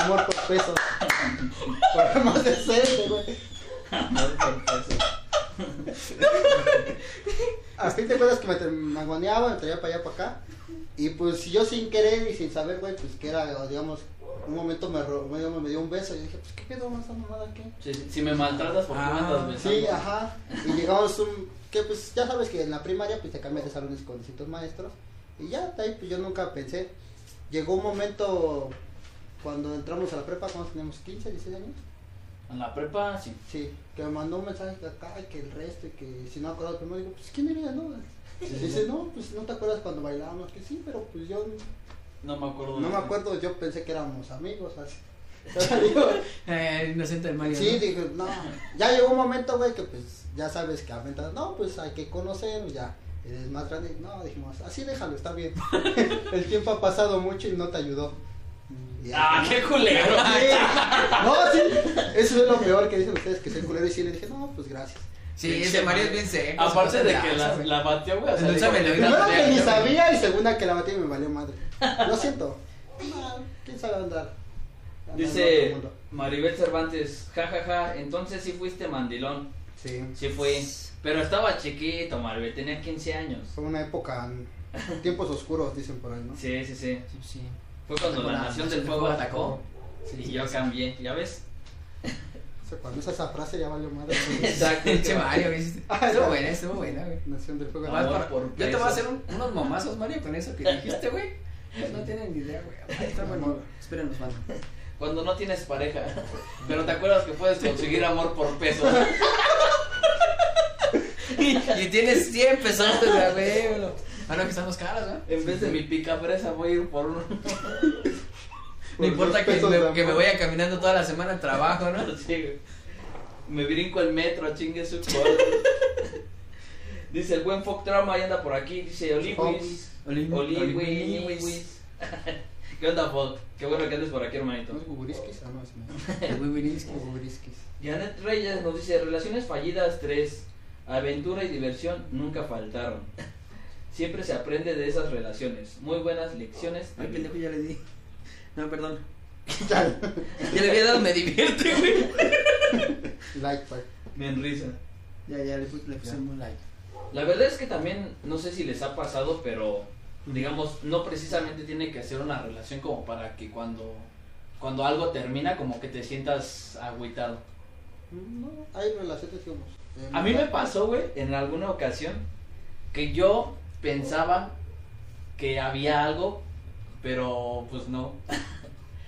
S2: Amor por pesos. <laughs> Por más decente, güey. fin de cuentas que me, tra- me agoneaba, me traía para allá, para acá. Y pues si yo sin querer y sin saber, güey, pues que era, digamos, un momento me, ro- me, dio- me dio un beso y dije, pues qué pedo, esta mamada, qué.
S1: Si, si me maltratas, ¿por qué me
S3: Ah,
S1: andas besando?
S2: Sí, ajá. Y llegamos un. Que pues ya sabes que en la primaria pues te cambias de salones con distintos maestros. Y ya, de ahí pues yo nunca pensé. Llegó un momento cuando entramos a la prepa, cuando teníamos 15, 16 años.
S1: En la prepa, sí.
S2: Sí, que me mandó un mensaje que acá, que el resto, y que si no acordaba primero, digo, pues ¿quién eres, no?
S1: Sí, sí,
S2: dice,
S1: sí.
S2: no, pues no te acuerdas cuando bailábamos, que sí, pero pues yo
S1: No me acuerdo.
S2: no me acuerdo, yo pensé que éramos amigos, así. <laughs> O sea,
S1: <laughs>
S2: digo,
S3: Eh, inocente el Mario.
S2: Sí,
S3: ¿no?
S2: dije, no. Ya llegó un momento, güey, que pues ya sabes que aventas, no, pues hay que conocer, ya. Eres más grande. No, dijimos, así déjalo, está bien. <laughs> El tiempo ha pasado mucho y no te ayudó. Y ya,
S1: Ah,
S2: ¿no?
S1: qué <laughs> culero.
S2: Sí. No, sí. Eso es lo peor que dicen ustedes, que soy culero. Y sí le dije, no, pues gracias.
S4: Sí, ese Mario es bien seco.
S1: Aparte de que la,
S4: las
S1: la bateó, güey. O sea,
S4: Endulzame
S1: digo,
S4: la vida.
S2: Primero
S4: pelea,
S2: que ni
S4: ya, güey.
S2: sabía y segunda que la batí y me valió madre. Lo siento. No, ¿Quién sabe andar? Andar en otro
S1: Dice
S2: mundo.
S1: Maribel Cervantes, jajaja, entonces sí fuiste mandilón.
S2: Sí.
S1: Sí fue. Pero estaba chiquito, Maribel, tenía 15 años.
S2: Fue una época, tiempos oscuros, dicen por ahí, ¿no?
S1: Sí, sí, sí.
S3: Sí, sí.
S1: Fue cuando la Nación del Fuego atacó
S2: Sí,
S1: y
S3: <laughs>
S1: yo cambié, ¿ya ves?
S2: O sea, Cuando usa esa frase ya valió madre.
S1: Exacto.
S4: Pinche Mario, güey.
S3: "Ah,
S4: Estuvo buena, estuvo buena, güey.
S2: Nación del fuego.
S1: Amor
S3: Vas para-
S1: por
S3: Yo te voy
S1: peso.
S3: a hacer un- unos momazos, Mario, con eso que dijiste, güey. Pues No tienen ni idea, güey. Ahí está bueno. Espérenos, mano. <laughs>
S1: Cuando no tienes pareja. <laughs> Pero te acuerdas que puedes conseguir amor por peso.
S4: Y, y tienes 100 pesos, güey.
S3: Ah, no, que estamos caras, ¿eh?
S1: En vez de mi pica fresa voy a ir por uno.
S4: No
S2: Por
S4: importa
S2: dos
S4: que
S2: pesos de
S4: me,
S2: amor.
S4: que me vaya caminando toda la semana al trabajo, ¿no?
S1: <laughs> Sí, güey. Me brinco el metro, chingue
S3: <laughs>
S1: su cola. Dice el buen Fox Trauma y anda por aquí. Dice Oliwis.
S3: Oli-
S1: Oliwis. <laughs> ¿Qué onda, Fox? Qué bueno que andes por aquí, hermanito.
S2: ¿No es Guguriskis? Ah, no, es
S4: El Wiwiriski.
S2: Guguriskis.
S1: Janet Reyes nos dice, relaciones fallidas 3, aventura y diversión nunca faltaron. Siempre se aprende de esas relaciones. Muy buenas lecciones. de
S3: Ay,
S1: vida.
S3: pendejo, ya le di. No, <laughs> perdón.
S4: Ya le había dado, me divierte, güey.
S2: Like, pack.
S1: <laughs> Me enrisa.
S3: Ya, ya le, pu- le puse
S2: Ya.
S3: un like.
S1: La verdad es que también, no sé si les ha pasado, pero digamos, no precisamente tiene que ser una relación como para que cuando, cuando algo termina como que te sientas agüitado.
S2: No, hay relaciones, digamos. eh,
S1: A mí me
S2: la-
S1: pasó, güey, en alguna ocasión que yo pensaba que había algo, pero pues no.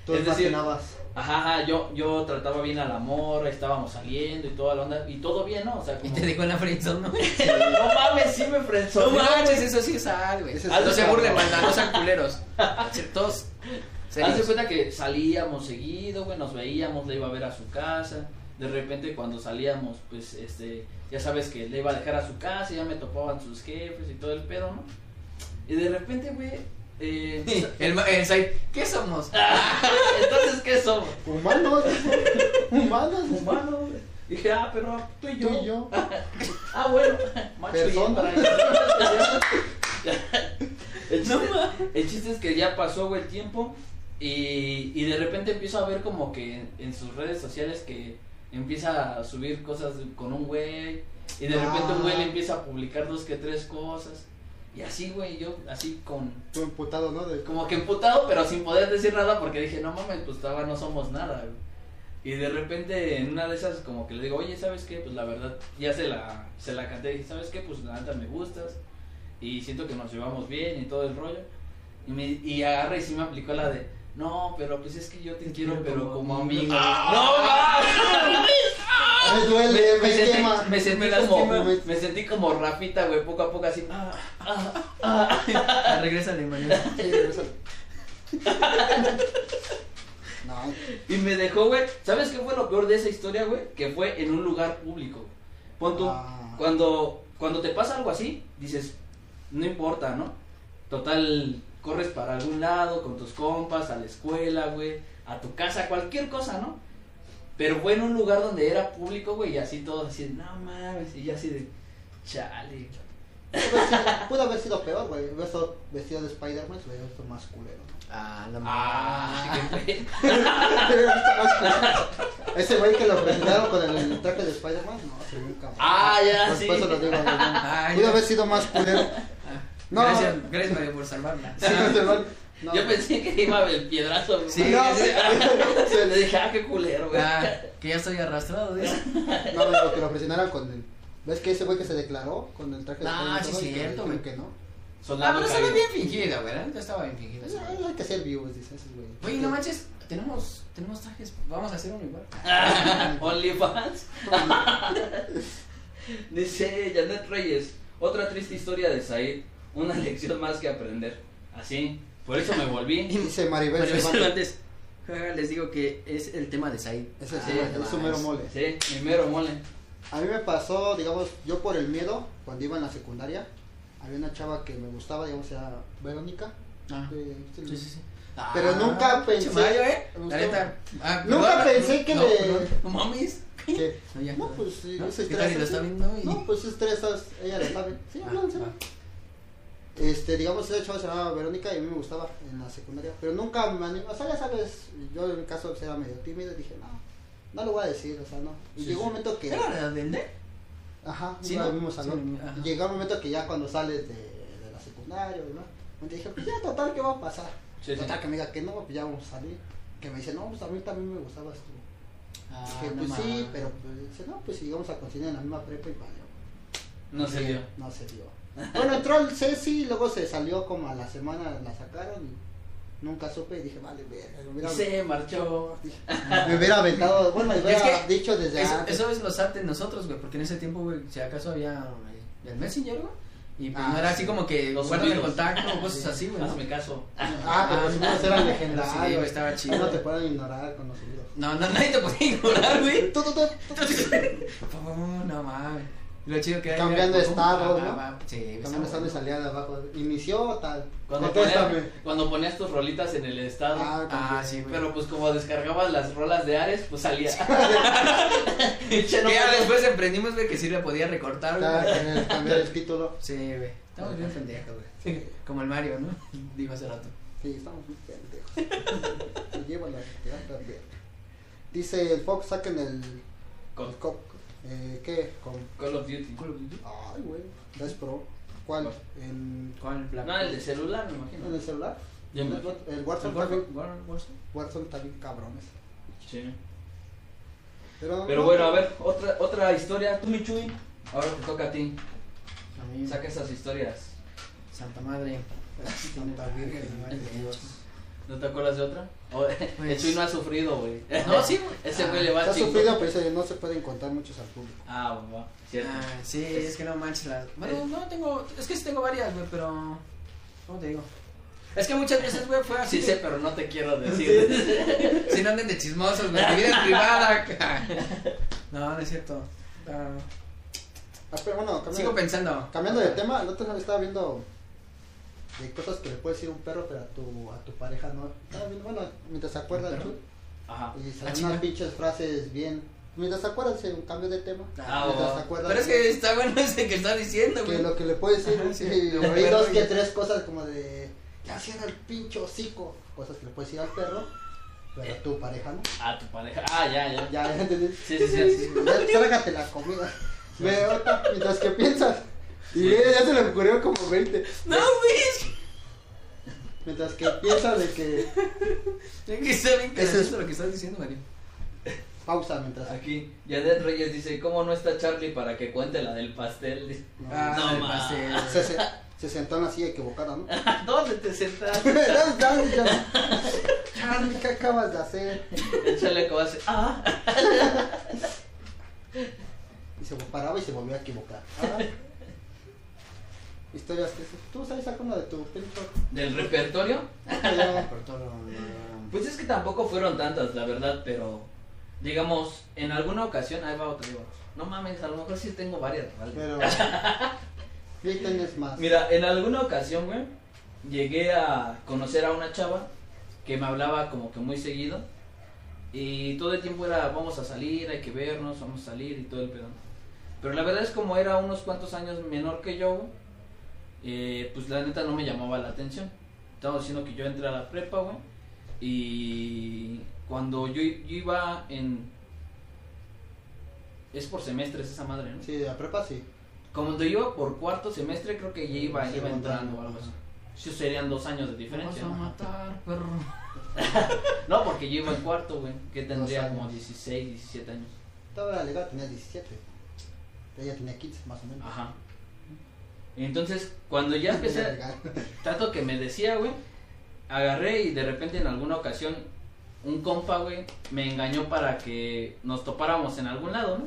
S2: Tú
S1: es decir-
S2: imaginabas.
S1: Ajá, ajá, yo, yo trataba bien a la morra, estábamos saliendo y toda la onda, y todo bien, ¿no? O sea,
S4: Y
S1: como,
S4: te dijo en la friendzone, ¿no?
S1: no mames, sí me
S4: No
S1: frenzoneó,
S4: manches, eso sí es algo, güey.
S2: Ese
S4: No
S2: es
S4: se
S2: algo.
S4: burlen, banda, no sean culeros. Todos
S1: Haz de
S4: serios.
S1: cuenta que salíamos seguido, güey, nos veíamos, le iba a ver a su casa. De repente cuando salíamos, pues, este, ya sabes que le iba a dejar a su casa, ya me topaban sus jefes y todo el pedo, ¿no? Y de repente, güey, eh,
S2: <laughs>
S4: El, ma- el Sai, ¿qué somos?
S1: entonces, ¿qué somos?
S2: Humanos, dijo. Humanos. dijo.
S1: Humanos, güey. Dije, ah, pero tú y yo.
S2: Tú y yo.
S1: Ah, bueno, <laughs> macho y
S2: Persona.
S1: <laughs> hembra.
S2: <laughs>
S1: el, chiste,
S3: Este,
S1: el chiste es que ya pasó güey, el tiempo y, y de repente empiezo a ver como que en, en sus redes sociales que empieza a subir cosas con un güey y de repente un güey le empieza a publicar dos que tres cosas y así güey yo así con
S2: Tú emputado, ¿no? De-
S1: como que emputado pero sin poder decir nada porque dije no mames pues todavía no somos nada güey. y de repente en una de esas como que le digo oye sabes qué pues la verdad ya se la se la canté dije sabes qué pues la neta me gustas y siento que nos llevamos bien y todo el rollo y me y agarra y sí me aplicó la de no pero pues es que yo te, quiero, pero como amigo Ah. no <laughs> mames!
S2: Me duele,
S1: me
S2: me
S1: sentí,
S2: quema.
S1: me sentí
S2: Me
S1: como
S2: lastima.
S1: me sentí como Rafita güey poco a poco así ah,
S3: Ah, regrésale, Mario.
S2: Sí, regresa. <laughs> No,
S1: Y me dejó, güey. ¿Sabes qué fue lo peor de esa historia, güey? Que fue en un lugar público. Pon tú,
S2: Ah.
S1: cuando, cuando te pasa algo así, dices, no importa, ¿no? Total, corres para algún lado con tus compas, a la escuela, güey, a tu casa, cualquier cosa, ¿no? Pero fue en un lugar donde era público, güey, y así todos así, no mames, y yo así de, chale.
S2: pudo haber sido- pudo haber sido peor, güey. Hubiera estado vestido de Spider-Man, se hubiera visto más culero.
S4: Ah, no
S1: Ah, <laughs> qué fe-
S2: Hubiera visto más culero. Ese güey que lo presentaron con el, el traje de Spider-Man, no, se ve un cabrón.
S1: Ah, ya,
S2: Pues
S1: sí.
S2: Por eso lo digo, güey, no.
S4: Ay,
S2: Pudo haber sido
S1: <laughs>
S2: más culero. No,
S4: gracias, gracias Mario por salvarla.
S2: sí, no, se va- no.
S1: Yo pensé que iba el piedrazo. güey.
S4: Sí.
S1: <laughs>
S2: No,
S4: ese-
S1: Le
S2: se le-
S1: dije, ah, qué culero, güey.
S4: Ah, que ya estoy arrastrado,
S3: ¿eh?
S4: dice.
S2: no, no, que lo presionaran con el. ¿Ves que ese güey que se declaró con el traje de
S3: Ah,
S2: Spider-Man
S3: sí,
S2: todo y que
S3: cierto,
S2: dijeron
S3: güey.
S2: que no?
S1: Soldado
S3: Ah, pero
S1: caído.
S3: estaba bien fingida, güey. la neta estaba bien fingida. esa
S2: Ay,
S3: madre.
S2: Pues, Hay que hacer vivos, dice ese güey.
S3: Oye, no
S2: <laughs>
S3: manches, tenemos, tenemos trajes. Vamos a hacer uno igual.
S1: Ah, <laughs> OnlyFans. Dice Janet Reyes, otra triste historia de Said, una <laughs> lección más que aprender. Así, por eso me volví.
S2: Dice Maribel, <laughs>
S4: Mario
S2: Cervantes.
S4: Cervantes. Ah, Les digo que es el tema de Said.
S2: Ese
S1: Ah,
S2: sí, güey,
S4: no
S2: es un mero
S4: mames.
S2: mole.
S1: Sí, mi mero mole.
S2: A mí me pasó, digamos, yo por el miedo, cuando iba en la secundaria, había una chava que me gustaba, digamos, era Verónica.
S3: Ah,
S2: eh, sí,
S3: sí, sí, sí.
S2: Pero
S4: Ah,
S2: nunca pensé-
S3: Chamayo, ¿eh?
S2: Me gustó.
S3: La neta. Ah,
S2: Nunca
S3: perdón,
S2: pensé que
S3: no,
S2: le-
S3: perdón, No mames.
S2: que-
S3: No, <laughs> ya.
S2: no, pues sí,
S3: ¿No?
S2: no se
S3: ¿Qué tal si
S2: estresa.
S3: lo está viendo? Y...
S2: No, pues estresas, ella lo sabe. Sí,
S3: Ah,
S2: hablan, sí.
S3: va.
S2: Este, digamos, esa chava se llamaba Verónica y a mí me gustaba en la secundaria. Pero nunca me animé, o sea, ya sabes, yo en mi caso pues, era medio tímido y dije, no, no lo voy a decir, o sea, no. Y
S3: Sí,
S2: llegó un
S3: sí.
S2: momento que...
S3: ¿Era la del D?
S2: Ajá,
S3: Sí,
S2: sí, al
S3: ¿no?
S2: mismo
S3: Sí,
S2: salón.
S3: ajá.
S2: Llegó un momento que ya cuando sales de, de la secundaria, ¿no? Donde dije, pues ya total, ¿qué va a pasar?
S1: Sí, sí.
S2: total, que me diga que no, pues ya vamos a salir. Que me dice, no, pues a mí también me gustabas tú.
S3: Ah,
S2: Dije,
S3: no
S2: pues sí,
S3: mames.
S2: pero pues, dice, no, pues si íbamos a coincidir en la misma prepa y valió.
S1: No se dio.
S2: No se dio. <laughs> Bueno, entró el Ceci y luego se salió como a la semana, la sacaron y nunca supe y dije, vale, verga, me
S1: Y
S2: hubiera,
S1: se marchó.
S2: me hubiera aventado, bueno, me hubiera
S4: Es que
S2: dicho desde
S4: Eso,
S2: antes.
S4: eso es los artes nosotros, güey, porque en ese tiempo, güey, si acaso había eh, el Messenger, güey, y pues
S2: Ah,
S4: no era
S2: sí.
S4: así como que
S1: Los
S4: guardan el
S1: unidos.
S4: contacto o cosas así, güey. ¿no?
S1: Hazme caso.
S2: Ah, pero los amigos eran legendarios.
S4: Sí, güey, estaba chido.
S2: No te pueden ignorar con los amigos.
S4: No, <laughs> no, nadie te puede ignorar, güey.
S2: Tú, tú, tú, tú,
S4: <laughs> Oh, no mames. Lo chido que era.
S2: Cambiando
S4: era-
S2: estado,
S4: Ah,
S2: ¿no?
S4: va, Sí, güey,
S2: También
S4: estaba
S2: están de
S4: bueno.
S2: salida de abajo. Inició tal.
S1: Cuando
S2: Contéstame.
S1: ponías, cuando ponías tus rolitas en el estado.
S4: Ah,
S2: también.
S4: sí, güey.
S1: pero pues como descargabas las rolas de Ares, pues salía.
S4: Que
S1: Che, no
S4: ya
S1: mames.
S4: después emprendimos, güey, que sí le podía recortar,
S2: Está
S4: güey.
S2: en el- Cambiar el título.
S4: Sí, güey. Estamos bien pendejos, güey. Como el Mario, ¿no? <laughs> Digo hace rato.
S2: Sí, estamos muy pendejos. Se llevan la ciudad también. Dice el Fox, saquen el.
S1: Con
S2: el cop- eh, ¿Qué? Con.
S1: <laughs> Call of Duty.
S2: Ay, güey. ¿Ves Pro? ¿Cuál? ¿En,
S4: ¿Cuál plan?
S1: No, el de celular, me imagino.
S2: en el celular?
S1: Ya
S2: el,
S1: me
S2: el
S4: ¿El
S2: Warzone
S4: Warfare?
S2: también.
S4: Warzone?
S2: Warzone también, cabrones.
S1: Sí.
S2: Pero,
S1: Pero bueno, a
S2: <laughs>
S1: ver, otra, otra historia. Tú, Michui, ahora te toca a ti.
S3: A mí,
S1: Saca esas historias.
S3: Santa Madre.
S2: Santa Virgen, madre de Dios.
S1: ¿No te acuerdas de otra? O- <laughs> el Chuy no ha sufrido, güey.
S4: Pues, No,
S1: <laughs>
S4: sí, güey.
S1: Ese güey
S4: Ah,
S1: le va
S2: Está
S1: a
S2: sufrido, pero dice, no se pueden contar muchos al público.
S1: Ah, va, cierto.
S4: Ah, sí, es que no manches las. Bueno, no tengo. Es que sí tengo varias, güey, pero. ¿Cómo te digo? Es que muchas veces, güey, fue así.
S1: sí sé, pero no te
S4: <laughs>
S1: quiero decir.
S4: Si no anden de chismosos, güey, mi vida es <laughs> privada. ca- No, no es cierto. Ah,
S2: Ah, pero bueno,
S4: sigo
S2: cambiando,
S4: pensando.
S2: cambiando de tema, el otro día estaba viendo de cosas que le puede decir un perro, pero a tu, a tu pareja no. Estaba viendo, bueno, mientras se acuerdan,
S4: ¿Un perro?
S1: Ajá.
S2: y
S4: Ah,
S2: salen
S4: chinga.
S2: unas pinches frases bien. Mientras se acuerdan, sí, un cambio de tema.
S1: Ah,
S2: mientras
S1: va.
S2: se acuerdan.
S4: Pero es que está bueno ese que está diciendo,
S2: que
S4: güey.
S2: lo que le puede decir,
S4: Ajá, sí.
S2: y
S4: Un
S2: oí
S4: perro
S2: dos
S4: y-
S2: que tres cosas como de, ya cierra el pinche hocico, cosas que le puede decir al perro, pero a tu pareja no.
S1: A tu pareja. Ah, ya, ya.
S2: Ya, <laughs> ya entendí.
S1: Sí, sí, sí. sí.
S2: Ya trágate la comida. Ve otra, mientras que piensas. Y ve, ya se le ocurrió como 20.
S4: No, güey. es que-
S2: Mientras que piensas de que.
S4: Es que está
S2: Ese
S4: bien
S2: es-
S4: gracioso lo que estás diciendo, Mario.
S2: Pausa mientras.
S1: Aquí, Yanet Reyes dice, ¿cómo no está Charlie para que cuente la del pastel? <laughs> Dice,
S2: No,
S4: Ah,
S1: No,
S4: el
S1: ma.
S4: pastel.
S2: se, se, se sentó en la silla equivocada, <laughs> ¿no?
S1: ¿Dónde te
S4: <laughs>
S1: sentaste?
S2: Dale, dale, ya. Charlie, ¿qué acabas de hacer?
S1: El chaleco hace, ah.
S2: Y se paraba y se volvió a equivocar. Ah. Historias que tú sabes saca una de tu <laughs> película.
S1: ¿Del repertorio?
S3: Por todo lo- lo-
S1: Pues es que tampoco fueron tantas, la verdad, pero digamos, en alguna ocasión, ahí va otra, digo, no mames, a lo mejor sí tengo varias, ¿vale?
S2: Pero. Y ahí tienes más.
S1: Mira, en alguna ocasión, güey, llegué a conocer a una chava que me hablaba como que muy seguido y todo el tiempo era vamos a salir, hay que vernos, vamos a salir y todo el pedo. Pero la verdad es como era unos cuantos años menor que yo, güey, eh, pues la neta no me llamaba la atención. Estaba diciendo que yo entré a la prepa, güey, y cuando yo, yo iba en Es por semestres esa madre, ¿no?
S2: Sí, de la prepa sí.
S1: Como te iba por cuarto semestre, creo que ya iba,
S2: Sí,
S1: iba
S2: como
S1: entrando
S2: tal.
S1: o algo así. Sí, serían dos años de diferencia.
S4: Vas a
S1: ¿no?
S4: matar,
S1: <laughs>
S4: perro.
S1: No, porque yo iba en cuarto, güey. Que tendría
S2: años.
S1: como 16, 17 años.
S2: Estaba legal, tenía 17. Ella tenía 15 más o menos.
S1: Ajá. Entonces, cuando ya empecé, a-
S2: Legal.
S1: tanto que me decía, güey, agarré y de repente en alguna ocasión un compa, güey, me engañó para que nos topáramos en algún lado, ¿no?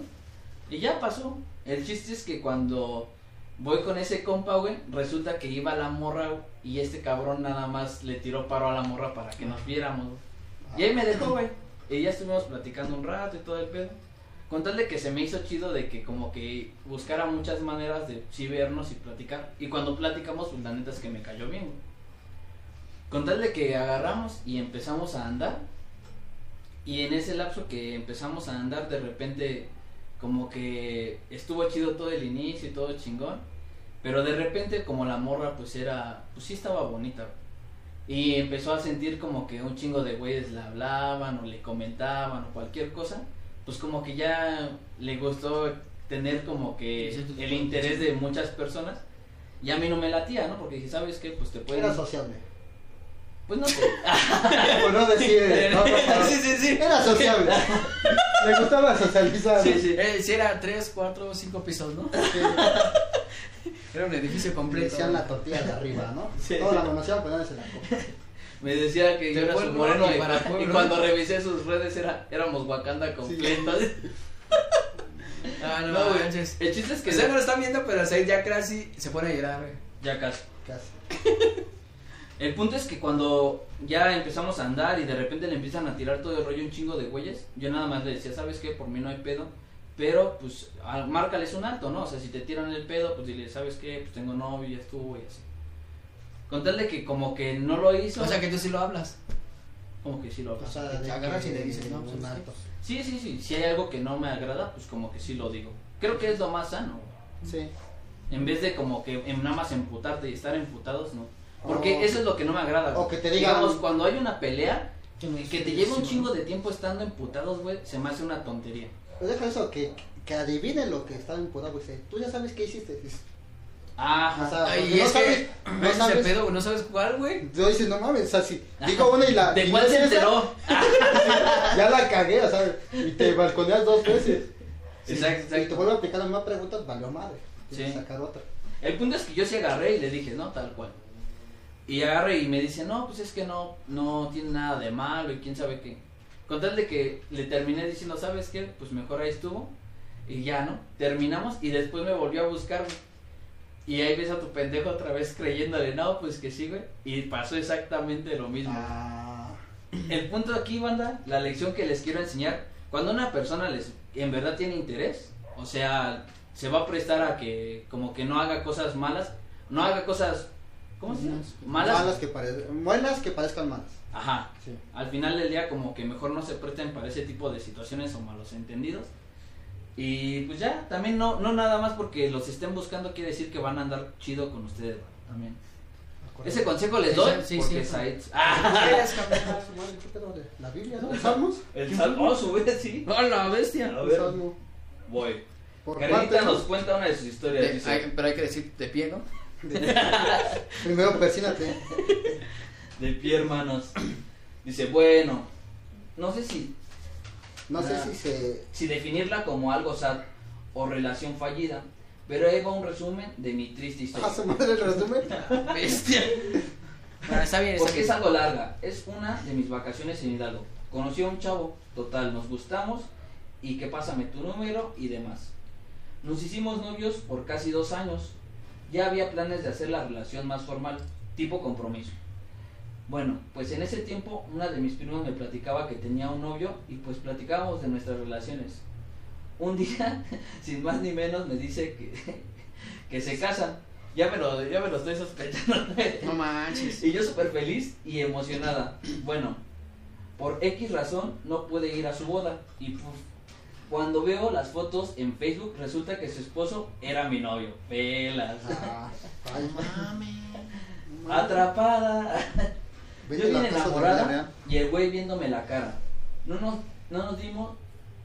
S1: Y ya pasó. El chiste es que cuando voy con ese compa, güey, resulta que iba la morra güey, y este cabrón nada más le tiró paro a la morra para que nos viéramos. güey. Y
S2: Ah,
S1: ahí me dejó, güey. Y ya estuvimos platicando un rato y todo el pedo. Con tal de que se me hizo chido de que como que buscara muchas maneras de sí vernos y platicar. Y cuando platicamos, pues la neta es que me cayó bien, güey. Con tal de que agarramos y empezamos a andar. Y en ese lapso que empezamos a andar, de repente como que estuvo chido todo el inicio y todo chingón. Pero de repente como la morra pues era, pues sí estaba bonita. güey. Y empezó a sentir como que un chingo de güeyes le hablaban o le comentaban o cualquier cosa. Pues como que ya le gustó tener como que
S4: Sí, sí, sí.
S1: el interés de muchas personas. Y a mí no me latía, ¿no? Porque dije, ¿sabes qué? Pues te pueden...
S2: Era sociable.
S1: <laughs> Pues no sé. <laughs>
S2: Por no decir. no, no, no.
S4: <laughs> Sí, sí, sí.
S2: Era
S1: <laughs>
S2: sociable. Le gustaba socializar.
S1: Sí, sí.
S4: Eh, sí, era 3, 4, 5 pisos, ¿no?
S2: Sí.
S4: Era un edificio
S2: Le
S4: completo.
S2: decían la tortilla de arriba, ¿no?
S1: Sí.
S2: Toda la conocían ponían en la copa.
S1: Me decía que yo
S4: De
S1: era su
S4: pueblo
S1: moreno <laughs>
S4: y
S1: y,
S4: para
S1: y
S4: pueblo.
S1: cuando revisé sus redes era, éramos Wakanda completos.
S4: Ah, <laughs> no,
S1: No, güey.
S4: manches.
S1: El chiste es que
S4: Que ustedes no lo están viendo, pero Said ya casi se pone a llorar, güey.
S1: ya casi.
S2: Casi.
S1: El punto es que cuando ya empezamos a andar y de repente le empiezan a tirar todo el rollo un chingo de güeyes, yo nada más le decía, ¿sabes qué? Por mí no hay pedo. Pero pues a- márcales un alto, ¿no? O sea, si te tiran el pedo, pues dile, ¿sabes qué? Pues tengo novio, ya estuvo y así. Con tal de que como que no lo hizo,
S4: O sea que tú sí lo hablas.
S1: como que sí lo hago.
S2: O sea,
S3: Te
S2: de
S3: agarras
S2: que
S3: y le dices, no, pues,
S2: un
S3: es que-
S2: alto.
S1: Sí, sí, sí. Si hay algo que no me agrada, pues como que sí lo digo. Creo que es lo más sano.
S2: Sí.
S1: En vez de como que en- nada más emputarte y estar emputados, no.
S2: O-
S1: Porque eso es lo que no me agrada. güey.
S2: Oh. o que te digan-
S1: Digamos, cuando hay una pelea, que te lleva un
S3: Sí,
S1: chingo de tiempo estando emputados, güey, se me hace una tontería.
S2: Pero deja eso, que, que adivinen lo que estaba imputado. Pues, eh, tú ya sabes qué hiciste. Dices, O
S1: Ajá.
S2: sea,
S4: Ay,
S2: porque
S4: Ah, y
S2: no
S4: es
S2: sabes.
S4: que.
S1: <clears throat>
S2: No
S4: ¿Ves ese
S2: sabes.
S4: pedo, güey? ¿No sabes cuál, güey?
S2: Yo dices, no mames, o sea, si
S1: <laughs>
S2: digo una y la.
S1: ¿De
S2: y
S1: cuál
S2: no
S1: se
S2: es esa,
S1: enteró?
S2: Ya la cagué, o sea, y te balconeas dos veces. Si-
S1: Exacto,
S2: Si te
S1: exacto.
S2: vuelvo a aplicar las mismas preguntas, valió madre. Tienes
S1: Sí.
S2: que sacar otra.
S1: El punto es que yo sí agarré y le dije, no, tal cual. Y agarré y me dice, no, pues es que no, no tiene nada de malo y quién sabe qué. Con tal de que le terminé diciendo, ¿sabes qué? Pues mejor ahí estuvo. Y ya, ¿no? Terminamos y después me volvió a buscar, güey. Y ahí ves a tu pendejo otra vez creyéndole, no, pues que sí, güey. Y pasó exactamente lo mismo.
S2: Ah,
S1: El punto aquí, banda, la lección que les quiero enseñar, cuando una persona les en verdad tiene interés, o sea, se va a prestar a que como que no haga cosas malas, no haga cosas ¿cómo se llama?
S2: malas.
S1: Malas.
S2: que parezcan, buenas que parezcan malas.
S1: Ajá.
S2: Sí.
S1: Al final del día como que mejor no se presten para ese tipo de situaciones o malos entendidos. Y pues ya, también no no nada más porque los estén buscando quiere decir que van a andar chido con ustedes también. Ese
S2: <laughs>
S1: consejo les
S4: Sí,
S1: doy
S4: sí, sí,
S1: porque
S4: sí.
S1: Said- <laughs> Ah,
S4: ¿Quieres cambiar?
S2: Ah, su madre, ¿qué pedo? La Biblia, ¿no? ¿Salmos?
S1: el salmo, oh, su vez, sí.
S4: ¡Oh, la bestia!
S1: A ver,
S2: Salmo.
S1: voy.
S2: Por
S1: Carlita
S2: parte
S1: nos cuenta una de sus historias.
S4: De-
S1: dice,
S4: hay- pero hay que decir de
S1: <laughs>
S4: pie, ¿no?
S2: de- <laughs> Primero persínate.
S1: de pie, hermanos. <clears throat> Dice, bueno, no sé si,
S2: No sé
S1: Nah.
S2: si se.
S1: si definirla como algo sad o relación fallida, pero ahí va un resumen de mi triste
S2: A
S1: historia.
S2: su madre
S1: <laughs>
S2: el resumen.
S4: Bestia. Bueno, está bien, está
S1: Porque es
S4: bien.
S1: algo larga. Es una de mis vacaciones en Hidalgo. Conocí a un chavo, total, nos gustamos y que pásame tu número y demás. Nos hicimos novios por casi dos años. Ya había planes de hacer la relación más formal, tipo compromiso. Bueno, pues en ese tiempo una de mis primas me platicaba que tenía un novio y pues platicábamos de nuestras relaciones. Un día, <laughs> sin más ni menos, me dice que, <laughs> que se casan. Ya me, lo, ya me lo estoy sospechando. <laughs>
S4: No manches.
S1: Y yo súper feliz y emocionada. Bueno, por X razón no pude ir a su boda. Y puf, cuando veo las fotos en Facebook, resulta que su esposo era mi novio. Pelas.
S2: Ah, ay,
S1: Atrapada.
S2: vete
S1: yo bien
S2: la casa de la
S1: enamorada
S2: real.
S1: y el güey viéndome la cara. No nos, no nos dimos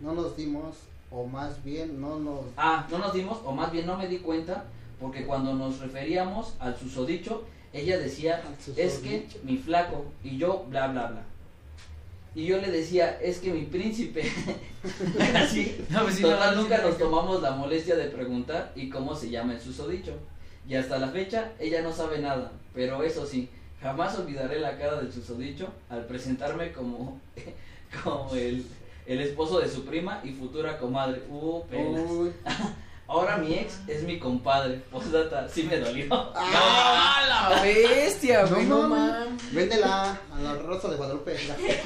S2: No nos dimos o más bien no nos...
S1: Ah, no nos dimos, o más bien no me di cuenta, porque cuando nos referíamos al susodicho, ella decía,
S2: Al
S1: es que
S2: susodicho".
S1: mi flaco, y yo, bla, bla, bla. Y yo le decía, es que mi príncipe. Así.
S3: No, pues sí,
S1: Total,
S3: no, no,
S1: nunca
S3: sí,
S1: nos
S3: no.
S1: tomamos la molestia de preguntar y cómo se llama el susodicho. Y hasta la fecha ella no sabe nada, pero eso sí, jamás olvidaré la cara del susodicho al presentarme como, <laughs> como el, el esposo de su prima y futura comadre. Uh, penas.
S2: Uy,
S1: Ahora mi ex es mi compadre. Postdata, sí me dolió.
S3: <laughs>
S2: Ah.
S3: ¡A la bestia, güey!
S2: No
S3: No
S2: mames.
S3: mames.
S2: véndela a la Rosa de Guadalupe. mira.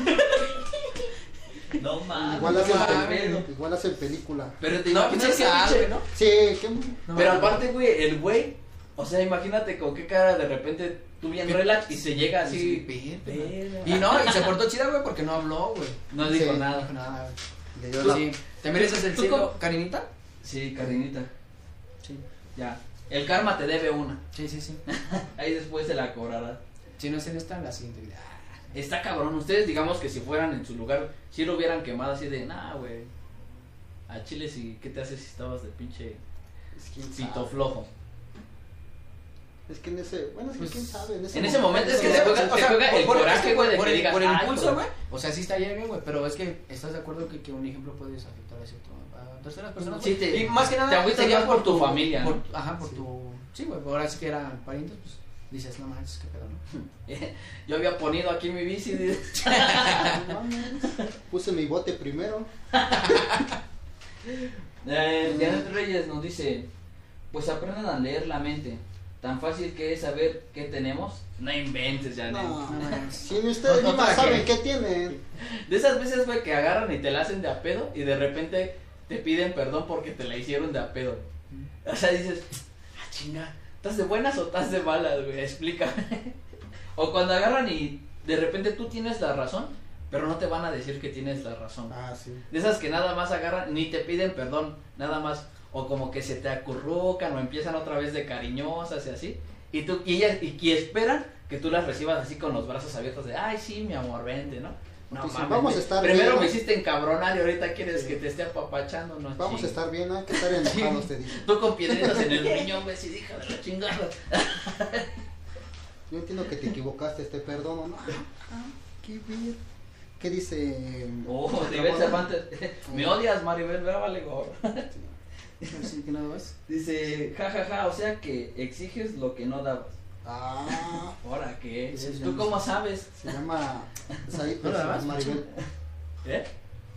S1: No mames.
S2: Igual
S1: qué
S2: hacen,
S1: pedo.
S2: pel- igual hacen película.
S1: Pero te
S3: No,
S1: imaginas
S3: pues es
S1: que
S3: algo,
S1: pinche-
S3: ¿no?
S2: Sí, qué...
S3: No,
S1: Pero
S3: no,
S1: aparte, güey, el güey, o sea, imagínate con qué cara de repente tú bien relax y se llega así.
S3: Sí,
S1: Verga.
S3: Y no, y se portó chida, güey, porque no habló, güey.
S1: No dijo
S2: Sí.
S1: nada.
S3: No dijo nada, güey.
S2: Le dio
S3: Tú
S2: la-
S3: Sí. ¿Te mereces el
S1: ¿Tú
S3: cielo,
S1: cómo?
S3: Karinita?
S1: Sí, Karinita,
S3: Sí.
S1: ya. El karma te debe una.
S3: Sí, sí, sí.
S1: Ahí después se la cobrará.
S3: Si no es en esta, en la siguiente vida.
S1: Está cabrón. Ustedes, digamos que si fueran en su lugar, si lo hubieran quemado así de, nah, güey. A Chile, sí, ¿qué te haces si estabas de pinche
S2: Es pues, quién sabe.
S1: pito flojo?
S2: Es que en ese... Bueno, es que
S3: Pues,
S2: quién sabe. En ese,
S1: en ese momento es que
S2: se
S1: te juega- te juega el
S3: por-
S1: coraje,
S3: es que
S1: güey, de
S3: Por
S1: que
S3: el,
S1: digas,
S3: por el
S1: "Ay,
S3: impulso,
S1: güey".
S3: güey. O sea, sí estaría bien, güey, pero es que estás de acuerdo que, que un ejemplo puedes afectar a, cierto, a terceras personas.
S1: Sí,
S3: güey?
S1: te-
S3: y más que nada,
S1: te agüitas
S3: sería
S1: más por tu familia,
S3: por-
S1: ¿no?
S3: Ajá, por
S2: Sí.
S3: tu. Sí, güey, ahora sí que eran parientes, pues dices, no manches, qué pedo, ¿no?
S1: Yo había ponido aquí mi bici. dice.
S2: <laughs> No mames. Puse mi bote primero.
S1: <laughs> Eh, Janet Reyes nos dice: Pues aprendan a leer la mente. Tan fácil que es saber qué tenemos. No inventes, Janet.
S2: No.
S3: No manches.
S2: Si ni ustedes
S1: Otra
S2: ni más saben
S1: que-
S2: qué tienen.
S1: De esas veces, güey, que agarran y te la hacen de a pedo y de repente te piden perdón porque te la hicieron de a pedo. O sea, dices, ah, chinga, ¿estás de buenas o estás de malas, güey? Explícame. <laughs> o cuando agarran y de repente tú tienes la razón, pero no te van a decir que tienes la razón.
S2: Ah, sí.
S1: De esas que nada más agarran, ni te piden perdón, nada más. O como que se te acurrucan o empiezan otra vez de cariñosas y así. Y tú, y ellas, y, y esperan que tú las recibas así con los brazos abiertos de, ay, sí, mi amor, vente, ¿no? No
S2: Dicen,
S1: mames,
S2: "Vamos a
S1: güey,
S2: estar
S1: Primero
S2: bien".
S1: me hiciste encabronar y ahorita quieres
S2: Sí.
S1: que te esté apapachando, ¿no?
S2: Vamos a
S1: chingues.
S2: estar bien, hay que estar enojados, te dicen.
S1: Tú con piedritas en el riñón, güey, sí, hija de la chingada.
S2: Yo entiendo que te equivocaste, te perdono. No, ah, qué bien. ¿Qué dice?
S1: Oh,
S2: otra
S1: Maribel
S2: morra?
S1: Cervantes. Me odias, Maribel, pero vale, gorro.
S3: Sí, que nada más.
S1: Dice, jajaja, o sea que exiges lo que no dabas.
S2: Ah,
S1: Ahora, ¿qué?
S3: Ese es
S1: ¿Tú
S3: mi-
S1: cómo sabes?
S2: se llama
S1: <laughs>
S2: Said
S3: No, nada
S2: versus
S3: más,
S2: Maribel.
S1: ¿Eh?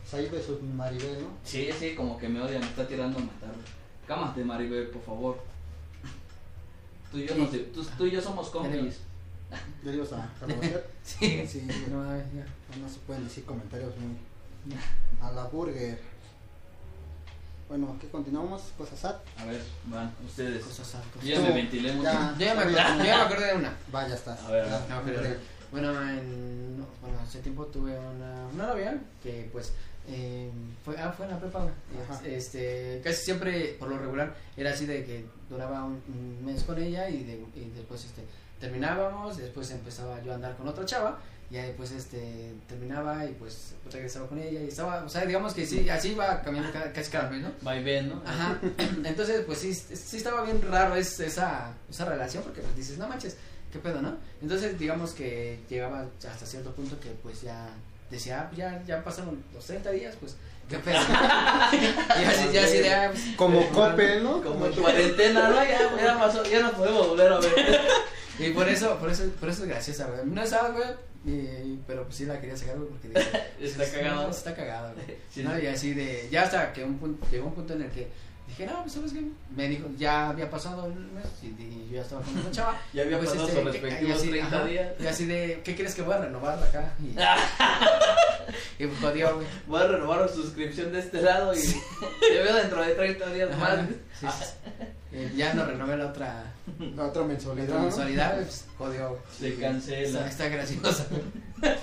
S2: Said versus Maribel, ¿no?
S1: Sí, sí, como que me odian, me está tirando a matar. Cámate, Maribel, por favor. Tú y yo, nos de- tú, tú y yo somos compis.
S2: Ya ibas
S1: Ah.
S2: a reconocer.
S1: <laughs>
S3: Sí.
S2: Sí,
S3: No mames, ya.
S2: no, no se pueden decir comentarios
S1: <laughs>
S2: muy. A la burger. Bueno, ¿qué continuamos? Cosas sad.
S1: A ver, van, ustedes.
S3: Cosas sad, cosas-
S1: Yo ya
S2: Tú,
S1: me ventilé mucho.
S2: ya.
S3: Yo ya me acuerdo, yo ya me acuerdo de una.
S2: Va, ya estás.
S1: A ver,
S2: Ya,
S3: No, pero-
S2: hombre.
S3: Bueno, en, no, bueno, hace tiempo tuve una, una novia que, pues, eh, fue, ah, fue en la prepa, güey.
S2: Ajá.
S3: Este, casi siempre, por lo regular, era así de que duraba un, un mes con ella y, de- y después, este, terminábamos, después empezaba yo a andar con otra chava, y ya después, este, terminaba y, pues, regresaba con ella y estaba, o sea, digamos que sí, así iba cambiando cada- casi cada mes, ¿no?
S1: Va y ven, ¿no?
S3: Ajá. <clears throat> Entonces, pues sí, sí estaba bien raro es, esa, esa relación porque pues dices, no manches, qué pedo, ¿no? Entonces, digamos que llegaba hasta cierto punto que pues ya decía, ah, ya, ya pasaron los 30 días, pues, qué pedo. <laughs> y así, ya así de, ah, pues,
S1: <laughs>
S2: Como
S3: Como-
S2: Coppel, ¿no?
S1: Como en cuarentena, ¿no? Ya, ya pasó, ya nos podemos volver a ver.
S3: y por eso, por eso, por eso es graciosa, güey. No es algo, güey, y- pero pues sí la quería sacar, güey, porque dije,
S1: <laughs>
S3: "Pues,
S1: Está cagado.
S3: Está cagado, güey.
S1: Sí.
S3: ¿no? Y así de, ya hasta que un punto, llegó un punto en el que dije, no, pues sabes qué, me dijo, ya había pasado el mes y, y yo ya estaba con otra chava.
S1: <laughs> Ya había
S3: Pues,
S1: pasado
S3: este,
S1: sus
S3: que-
S1: respectivos
S3: y así,
S1: 30
S3: ajá,
S1: días.
S3: Y así de, ¿qué crees que voy a renovarla acá?
S1: <laughs>
S3: Y, y pues, jodió, güey.
S1: Voy a renovar la suscripción de este lado y <laughs> te veo dentro de 30 días
S3: Ajá,
S1: más.
S3: sí, sí, sí. Eh, Ya no renové la otra
S2: La otra
S3: la
S2: mensualidad.
S3: otra
S2: ¿no?
S3: mensualidad, güey, pues, jodió, güey.
S1: Se
S3: Está,
S1: cancela.
S3: está graciosa. güey.
S1: <laughs>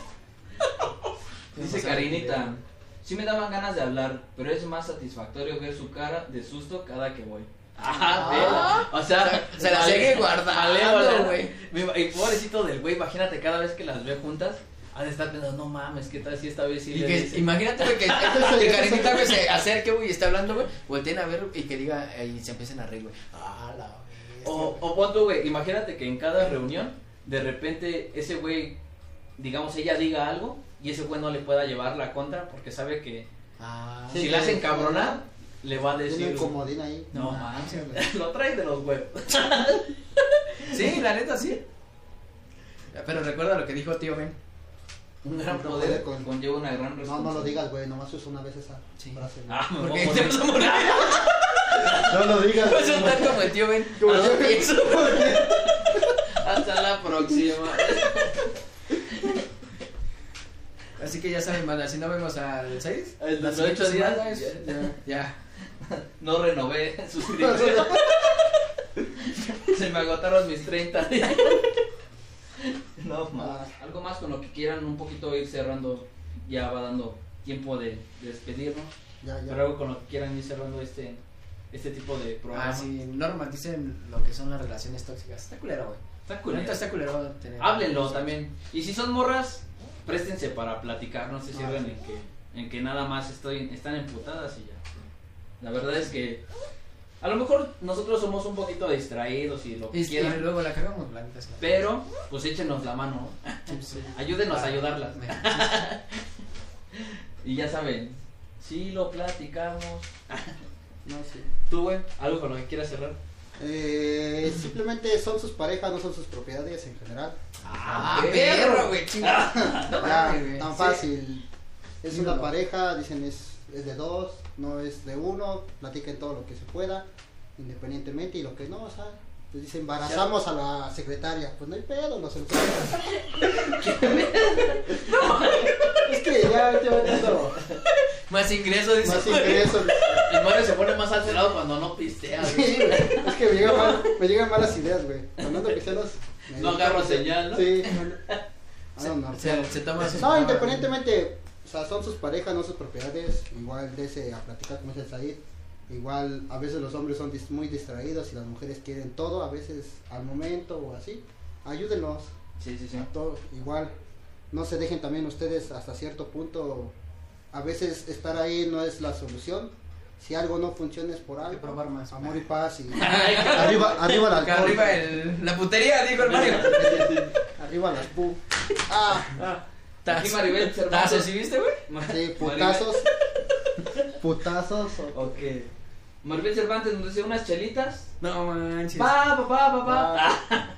S1: Dice Karinita, sí me daban ganas de hablar, pero es más satisfactorio ver su cara de susto cada que voy. Ajá,
S3: Ah.
S1: vela. O sea,
S3: Se la
S1: vale-
S3: sigue
S1: vale,
S3: guardando,
S1: vale.
S3: güey.
S1: Me- Y pobrecito del güey, imagínate cada vez que las ve juntas. Ha de estar pensando, no mames, ¿qué tal si esta vez sí
S3: Y
S1: le
S3: que,
S1: dice?
S3: imagínate, güey, que, que Karenita, güey, se acerque, güey, y está hablando, güey, volteen a ver y que diga, eh, y se empiecen a reír, güey. Ah, la bestia,
S1: O,
S3: güey.
S1: o pon tú, güey, imagínate que en cada reunión, de repente, ese güey, digamos, ella diga algo y ese güey no le pueda llevar la contra porque sabe que
S3: Ah,
S2: Sí,
S1: si la
S2: que-
S1: hacen cabronar, le va a
S2: Tiene
S1: decir.
S2: un comodín ahí.
S1: No manches, güey, <laughs> lo traes de los huevos.
S3: sí, la neta, sí. Pero recuerda lo que dijo tío Ben.
S1: Un gran
S2: No
S1: poder
S2: puede con-
S1: conlleva una gran
S2: No, no
S1: responsabilidad.
S2: lo digas, güey, nomás usa una vez esa
S3: Sí.
S2: frase. güey.
S1: Ah, me voy a
S3: Porque te
S2: <laughs>
S1: poner-
S3: vas a morir.
S2: No lo digas.
S3: Vas a
S2: güey.
S3: estar como el tío Ben.
S2: Como
S3: Ah,
S2: yo.
S3: pienso.
S1: Hasta la próxima.
S3: Así que ya saben, man, así no vemos al 6.
S1: El 18 días.
S3: Ya. ya.
S1: No renové suscripción.
S2: <laughs>
S1: Se me agotaron mis 30. no más.
S2: Ah.
S1: Algo más con lo que quieran un poquito ir cerrando. Ya va dando tiempo de, de despedirnos.
S2: Ya, ya.
S1: Pero algo con lo que quieran ir cerrando este este tipo de programa.
S3: Ah, sí, no romanticen lo que son las relaciones tóxicas. Está culero, güey.
S1: Está
S3: La
S1: culero.
S3: neta está culero tener.
S1: Háblenlo también. Y si son morras, préstense para platicar. No se
S2: Ah,
S1: cierren
S2: sí.
S1: en que, en que nada más estoy, están emputadas y ya. La verdad es que a lo mejor nosotros somos un poquito distraídos y lo que
S3: Y, Este, y
S1: quieran.
S3: luego la cagamos, la neta. sí.
S1: Pero, pues échenos la mano. ¿no?
S3: Sí. Ah,
S1: Ayúdenos a ayudarlas.
S3: Me-
S1: Y ya saben, si lo platicamos.
S2: No, sí.
S1: Tú, güey, algo con lo que quieras cerrar.
S2: Eh, simplemente son sus parejas, no son sus propiedades en general.
S3: Ah, perro, <laughs> güey, chinga.
S2: Ya,
S3: No mames, güey.
S2: Ah, tan
S3: Sí.
S2: fácil. Es una
S3: Dímelo.
S2: pareja, dicen es, es de dos, no es de uno, platiquen todo lo que se pueda, independientemente, y lo que no, o sea, pues dicen, embarazamos a la secretaria, pues no hay pedo, no se lo Es que ya últimamente esto,
S3: Más ingreso, dice.
S2: más
S3: güey.
S2: ingresos.
S1: El Mario se pone más alterado cuando no pistea. güey.
S2: <laughs> Sí, güey, es que me llegan, mal- me llegan malas ideas, güey. Hablando que sean los.
S1: No agarro señal, ¿no?
S2: Sí. I
S3: Se,
S2: don't know.
S3: se- se toma su-
S2: No, independientemente, o sea, son sus parejas, no sus propiedades, igual dese a platicar como es el Said, igual a veces los hombres son dis- muy distraídos y las mujeres quieren todo, a veces al momento o así, ayúdenlos
S1: Sí, sí, sí.
S2: a todos, igual, no se dejen también ustedes hasta cierto punto, a veces estar ahí no es la solución, si algo no funciona es por
S3: Hay que
S2: algo,
S3: probar más.
S2: amor y paz
S3: <laughs>
S2: y
S1: Ay,
S2: arriba, arriba el
S3: Acá
S2: alcohol,
S3: arriba el- la putería, dijo el Mario.
S2: <laughs> arriba las pu, ah,
S1: Aquí Maribel observando.
S3: Tazo, ¿sí viste, güey?
S1: Mar-
S2: sí,
S1: Maribel-
S2: putazos, putazos, o-
S1: Ok. Maribel Cervantes nos dice unas chelitas.
S3: No manches.
S1: Pa, pa, pa, pa, pa. Ah.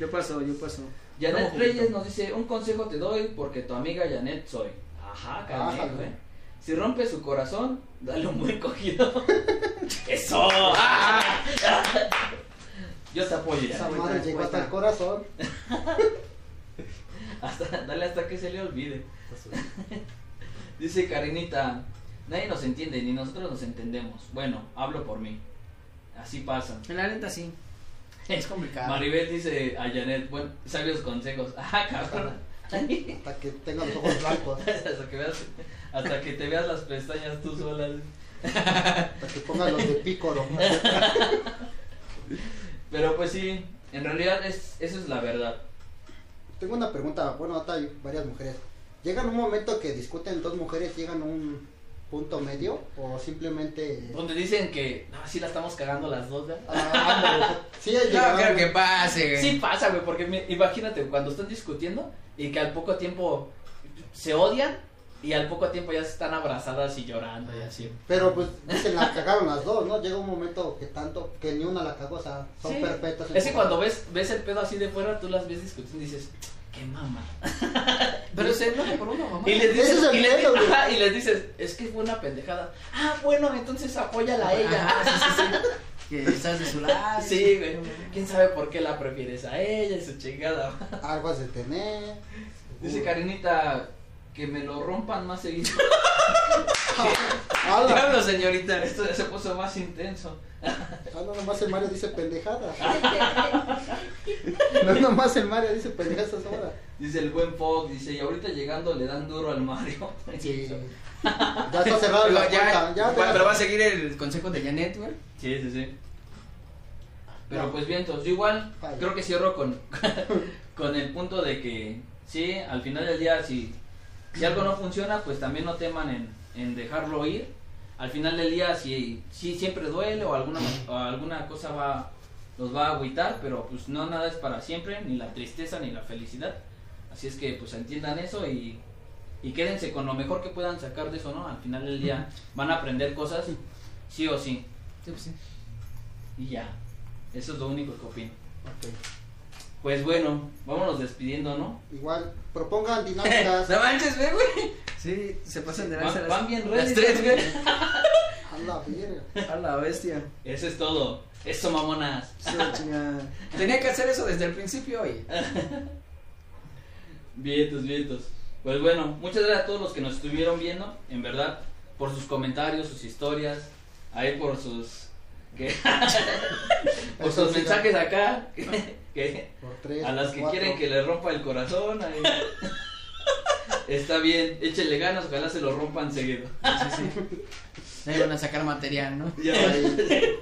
S3: Yo paso, yo paso.
S1: Janet
S3: Vamos,
S1: Reyes
S3: Julito.
S1: nos dice, un consejo te doy porque tu amiga Janet soy. Ajá,
S2: Ajá,
S1: caray,
S2: güey.
S1: güey. Si rompe su corazón, dale un buen cogido. ¡Eso! ¡Ah! <laughs> Yo te apoyo.
S2: Esa
S1: Janet.
S2: madre llegó hasta el corazón.
S1: Hasta- dale hasta que se le olvide. <laughs> Dice Karinita, nadie nos entiende, ni nosotros nos entendemos. Bueno, hablo por mí. Así pasa.
S3: En la neta sí. Es complicado.
S1: Maribel dice a Janet, bueno, sabios consejos. <laughs> Ah, cabrón.
S2: Hasta que tenga los ojos blancos.
S1: hasta que veas, hasta que te veas las pestañas tú sola.
S2: Hasta que ponga los de
S3: <laughs>
S2: pícoro.
S1: Pero pues sí, en realidad es, eso es la verdad.
S2: Tengo una pregunta. Bueno, ahorita hay varias mujeres. ¿Llegan un momento que discuten dos mujeres? ¿Llegan a un punto medio? ¿O simplemente.?
S1: Donde dicen que, no, sí la estamos cagando las dos, ¿verdad?
S2: Ah, ándale. sí, he
S3: <laughs> No
S2: llegado.
S3: creo que pase, güey.
S1: Sí pasa, güey, porque mi- imagínate, cuando están discutiendo y que al poco tiempo se odian y al poco tiempo ya se están abrazadas y llorando y así.
S2: Pero pues dicen, la cagaron las dos, ¿no? Llega un momento que tanto, que ni una la cagó, o sea, son
S1: Sí.
S2: perfectas.
S1: Es que cuando ves, ves el pedo así de fuera, tú las ves discutiendo y dices, qué mamá.
S3: Pero se enoja por uno, mamá.
S1: Y
S3: <laughs>
S1: les
S2: Ese
S1: dices,
S2: es el
S1: y les,
S2: pedo, güey.
S1: ajá, y les dices, es que fue una pendejada. Ah, bueno, entonces apóyala a ella.
S3: Ajá, Ah, sí, sí, sí. Que estás de su lado.
S1: Sí, güey. ¿Quién sabe por qué la prefieres a ella y su chingada? Uh.
S2: Algo has de tener. Uh,
S1: Dice Karinita que me lo rompan más <laughs> seguido.
S4: <laughs>
S3: ¿Qué <laughs>
S2: ¡Hala!
S3: hablo, señorita?
S1: Esto ya se puso más intenso.
S2: Ah, no, nomás el Mario dice pendejadas. <laughs> No, nomás el Mario dice pendejadas ahora.
S1: Dice el buen Fox, dice, y ahorita llegando le dan duro al Mario. <laughs>
S2: Sí. Ya está cerrado
S3: <laughs>
S2: la
S3: Pero ya-
S2: puerta. Ya,
S3: bueno,
S2: ya-
S3: pero va a seguir el consejo de Janet, güey.
S1: Sí, sí, sí. Pero
S2: No.
S1: pues bien, entonces yo igual
S2: Vaya.
S1: <laughs> creo que cierro con, con el punto de que sí, al final del día, si, si algo no funciona, pues también no teman en, en dejarlo ir. Al final del día, si, si siempre duele o alguna, o alguna cosa va, los va a agüitar, pero pues no nada es para siempre, ni la tristeza ni la felicidad. Así es que pues entiendan eso y, y quédense con lo mejor que puedan sacar de eso, ¿no? Al final del día van a aprender cosas, sí o sí.
S4: Sí, pues sí.
S1: Y ya, eso es lo único que opino.
S2: Ok.
S1: Pues bueno, vámonos despidiendo, ¿no?
S2: Igual,
S1: <laughs>
S2: propongan dinámicas.
S4: <laughs> No manches, ve, güey. Sí, se pasan de lanza
S1: Van,
S4: las,
S1: van bien
S4: las
S1: redes.
S4: tres, güey.
S2: A la verga.
S4: A la bestia.
S1: Eso es todo. Eso, mamonas.
S4: Sí, chingada. Tenía que hacer eso desde el principio, oye.
S1: Vientos, vientos. Pues bueno, muchas gracias a todos los que nos estuvieron viendo, en verdad, por sus comentarios, sus historias, ahí por sus ¿qué? por sus mensajes acá, <laughs> que,
S2: Por tres,
S1: a las
S2: por
S1: que
S2: cuatro.
S1: quieren que les rompa el corazón.
S4: <laughs>
S1: ahí. Está bien, échenle ganas, ojalá se lo rompan seguido.
S4: Sí, sí. Ahí van a sacar material, ¿no?
S1: <laughs>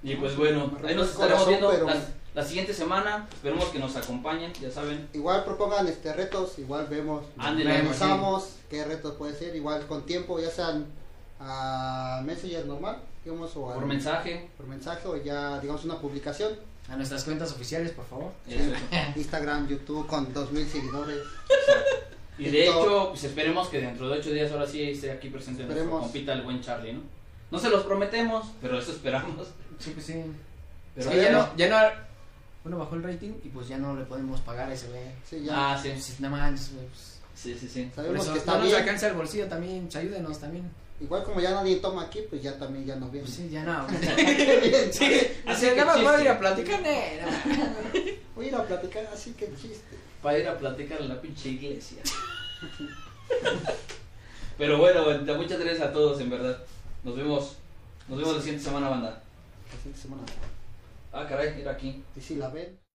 S1: Y pues bueno, ahí nos estaremos viendo la, la siguiente semana, esperemos que nos acompañen, ya saben.
S2: Igual propongan este retos, igual vemos,
S1: Ándele,
S2: analizamos qué retos puede ser, igual con tiempo, ya sean a Messenger normal, digamos, o
S1: Por
S2: al-
S1: mensaje,
S2: por mensaje, o ya, digamos, una publicación,
S4: A nuestras cuentas oficiales, por favor.
S1: eso, eso.
S2: Instagram, YouTube, con 2000 seguidores.
S1: Y de
S2: Esto-
S1: hecho, pues esperemos que dentro de ocho días ahora sí esté aquí presente nuestro
S2: Esperemos.
S1: compita el buen Charlie, ¿no? No se los prometemos, pero eso esperamos.
S4: Sí, pues sí.
S1: Pero
S4: Es que ya
S1: bueno.
S4: no, ya no. Bueno, bajó el rating y pues ya no le podemos pagar a ese güey.
S2: Sí, ya.
S1: Ah, sí,
S4: Pues, no manches, güey. Pues,
S1: sí, sí, sí.
S4: por
S2: Sabemos
S4: eso
S2: que está
S4: no nos
S2: bien.
S4: alcanza el bolsillo también. Pues, ayúdenos también.
S2: Igual como ya nadie toma aquí, pues ya también ya nos viene. <laughs>
S4: Pues sí, ya no.
S2: Sí.
S1: Así
S4: Así
S1: que
S4: que nada más voy a ir
S1: chiste.
S4: a platicar, nena.
S2: Voy a ir a platicar, así que chiste.
S1: Para ir a platicar a la pinche iglesia. pero bueno, banda, muchas gracias a todos, en verdad. Nos vemos. Nos vemos la siguiente semana, banda.
S2: La siguiente semana.
S1: Ah, caray, era aquí.
S2: Y si la ven.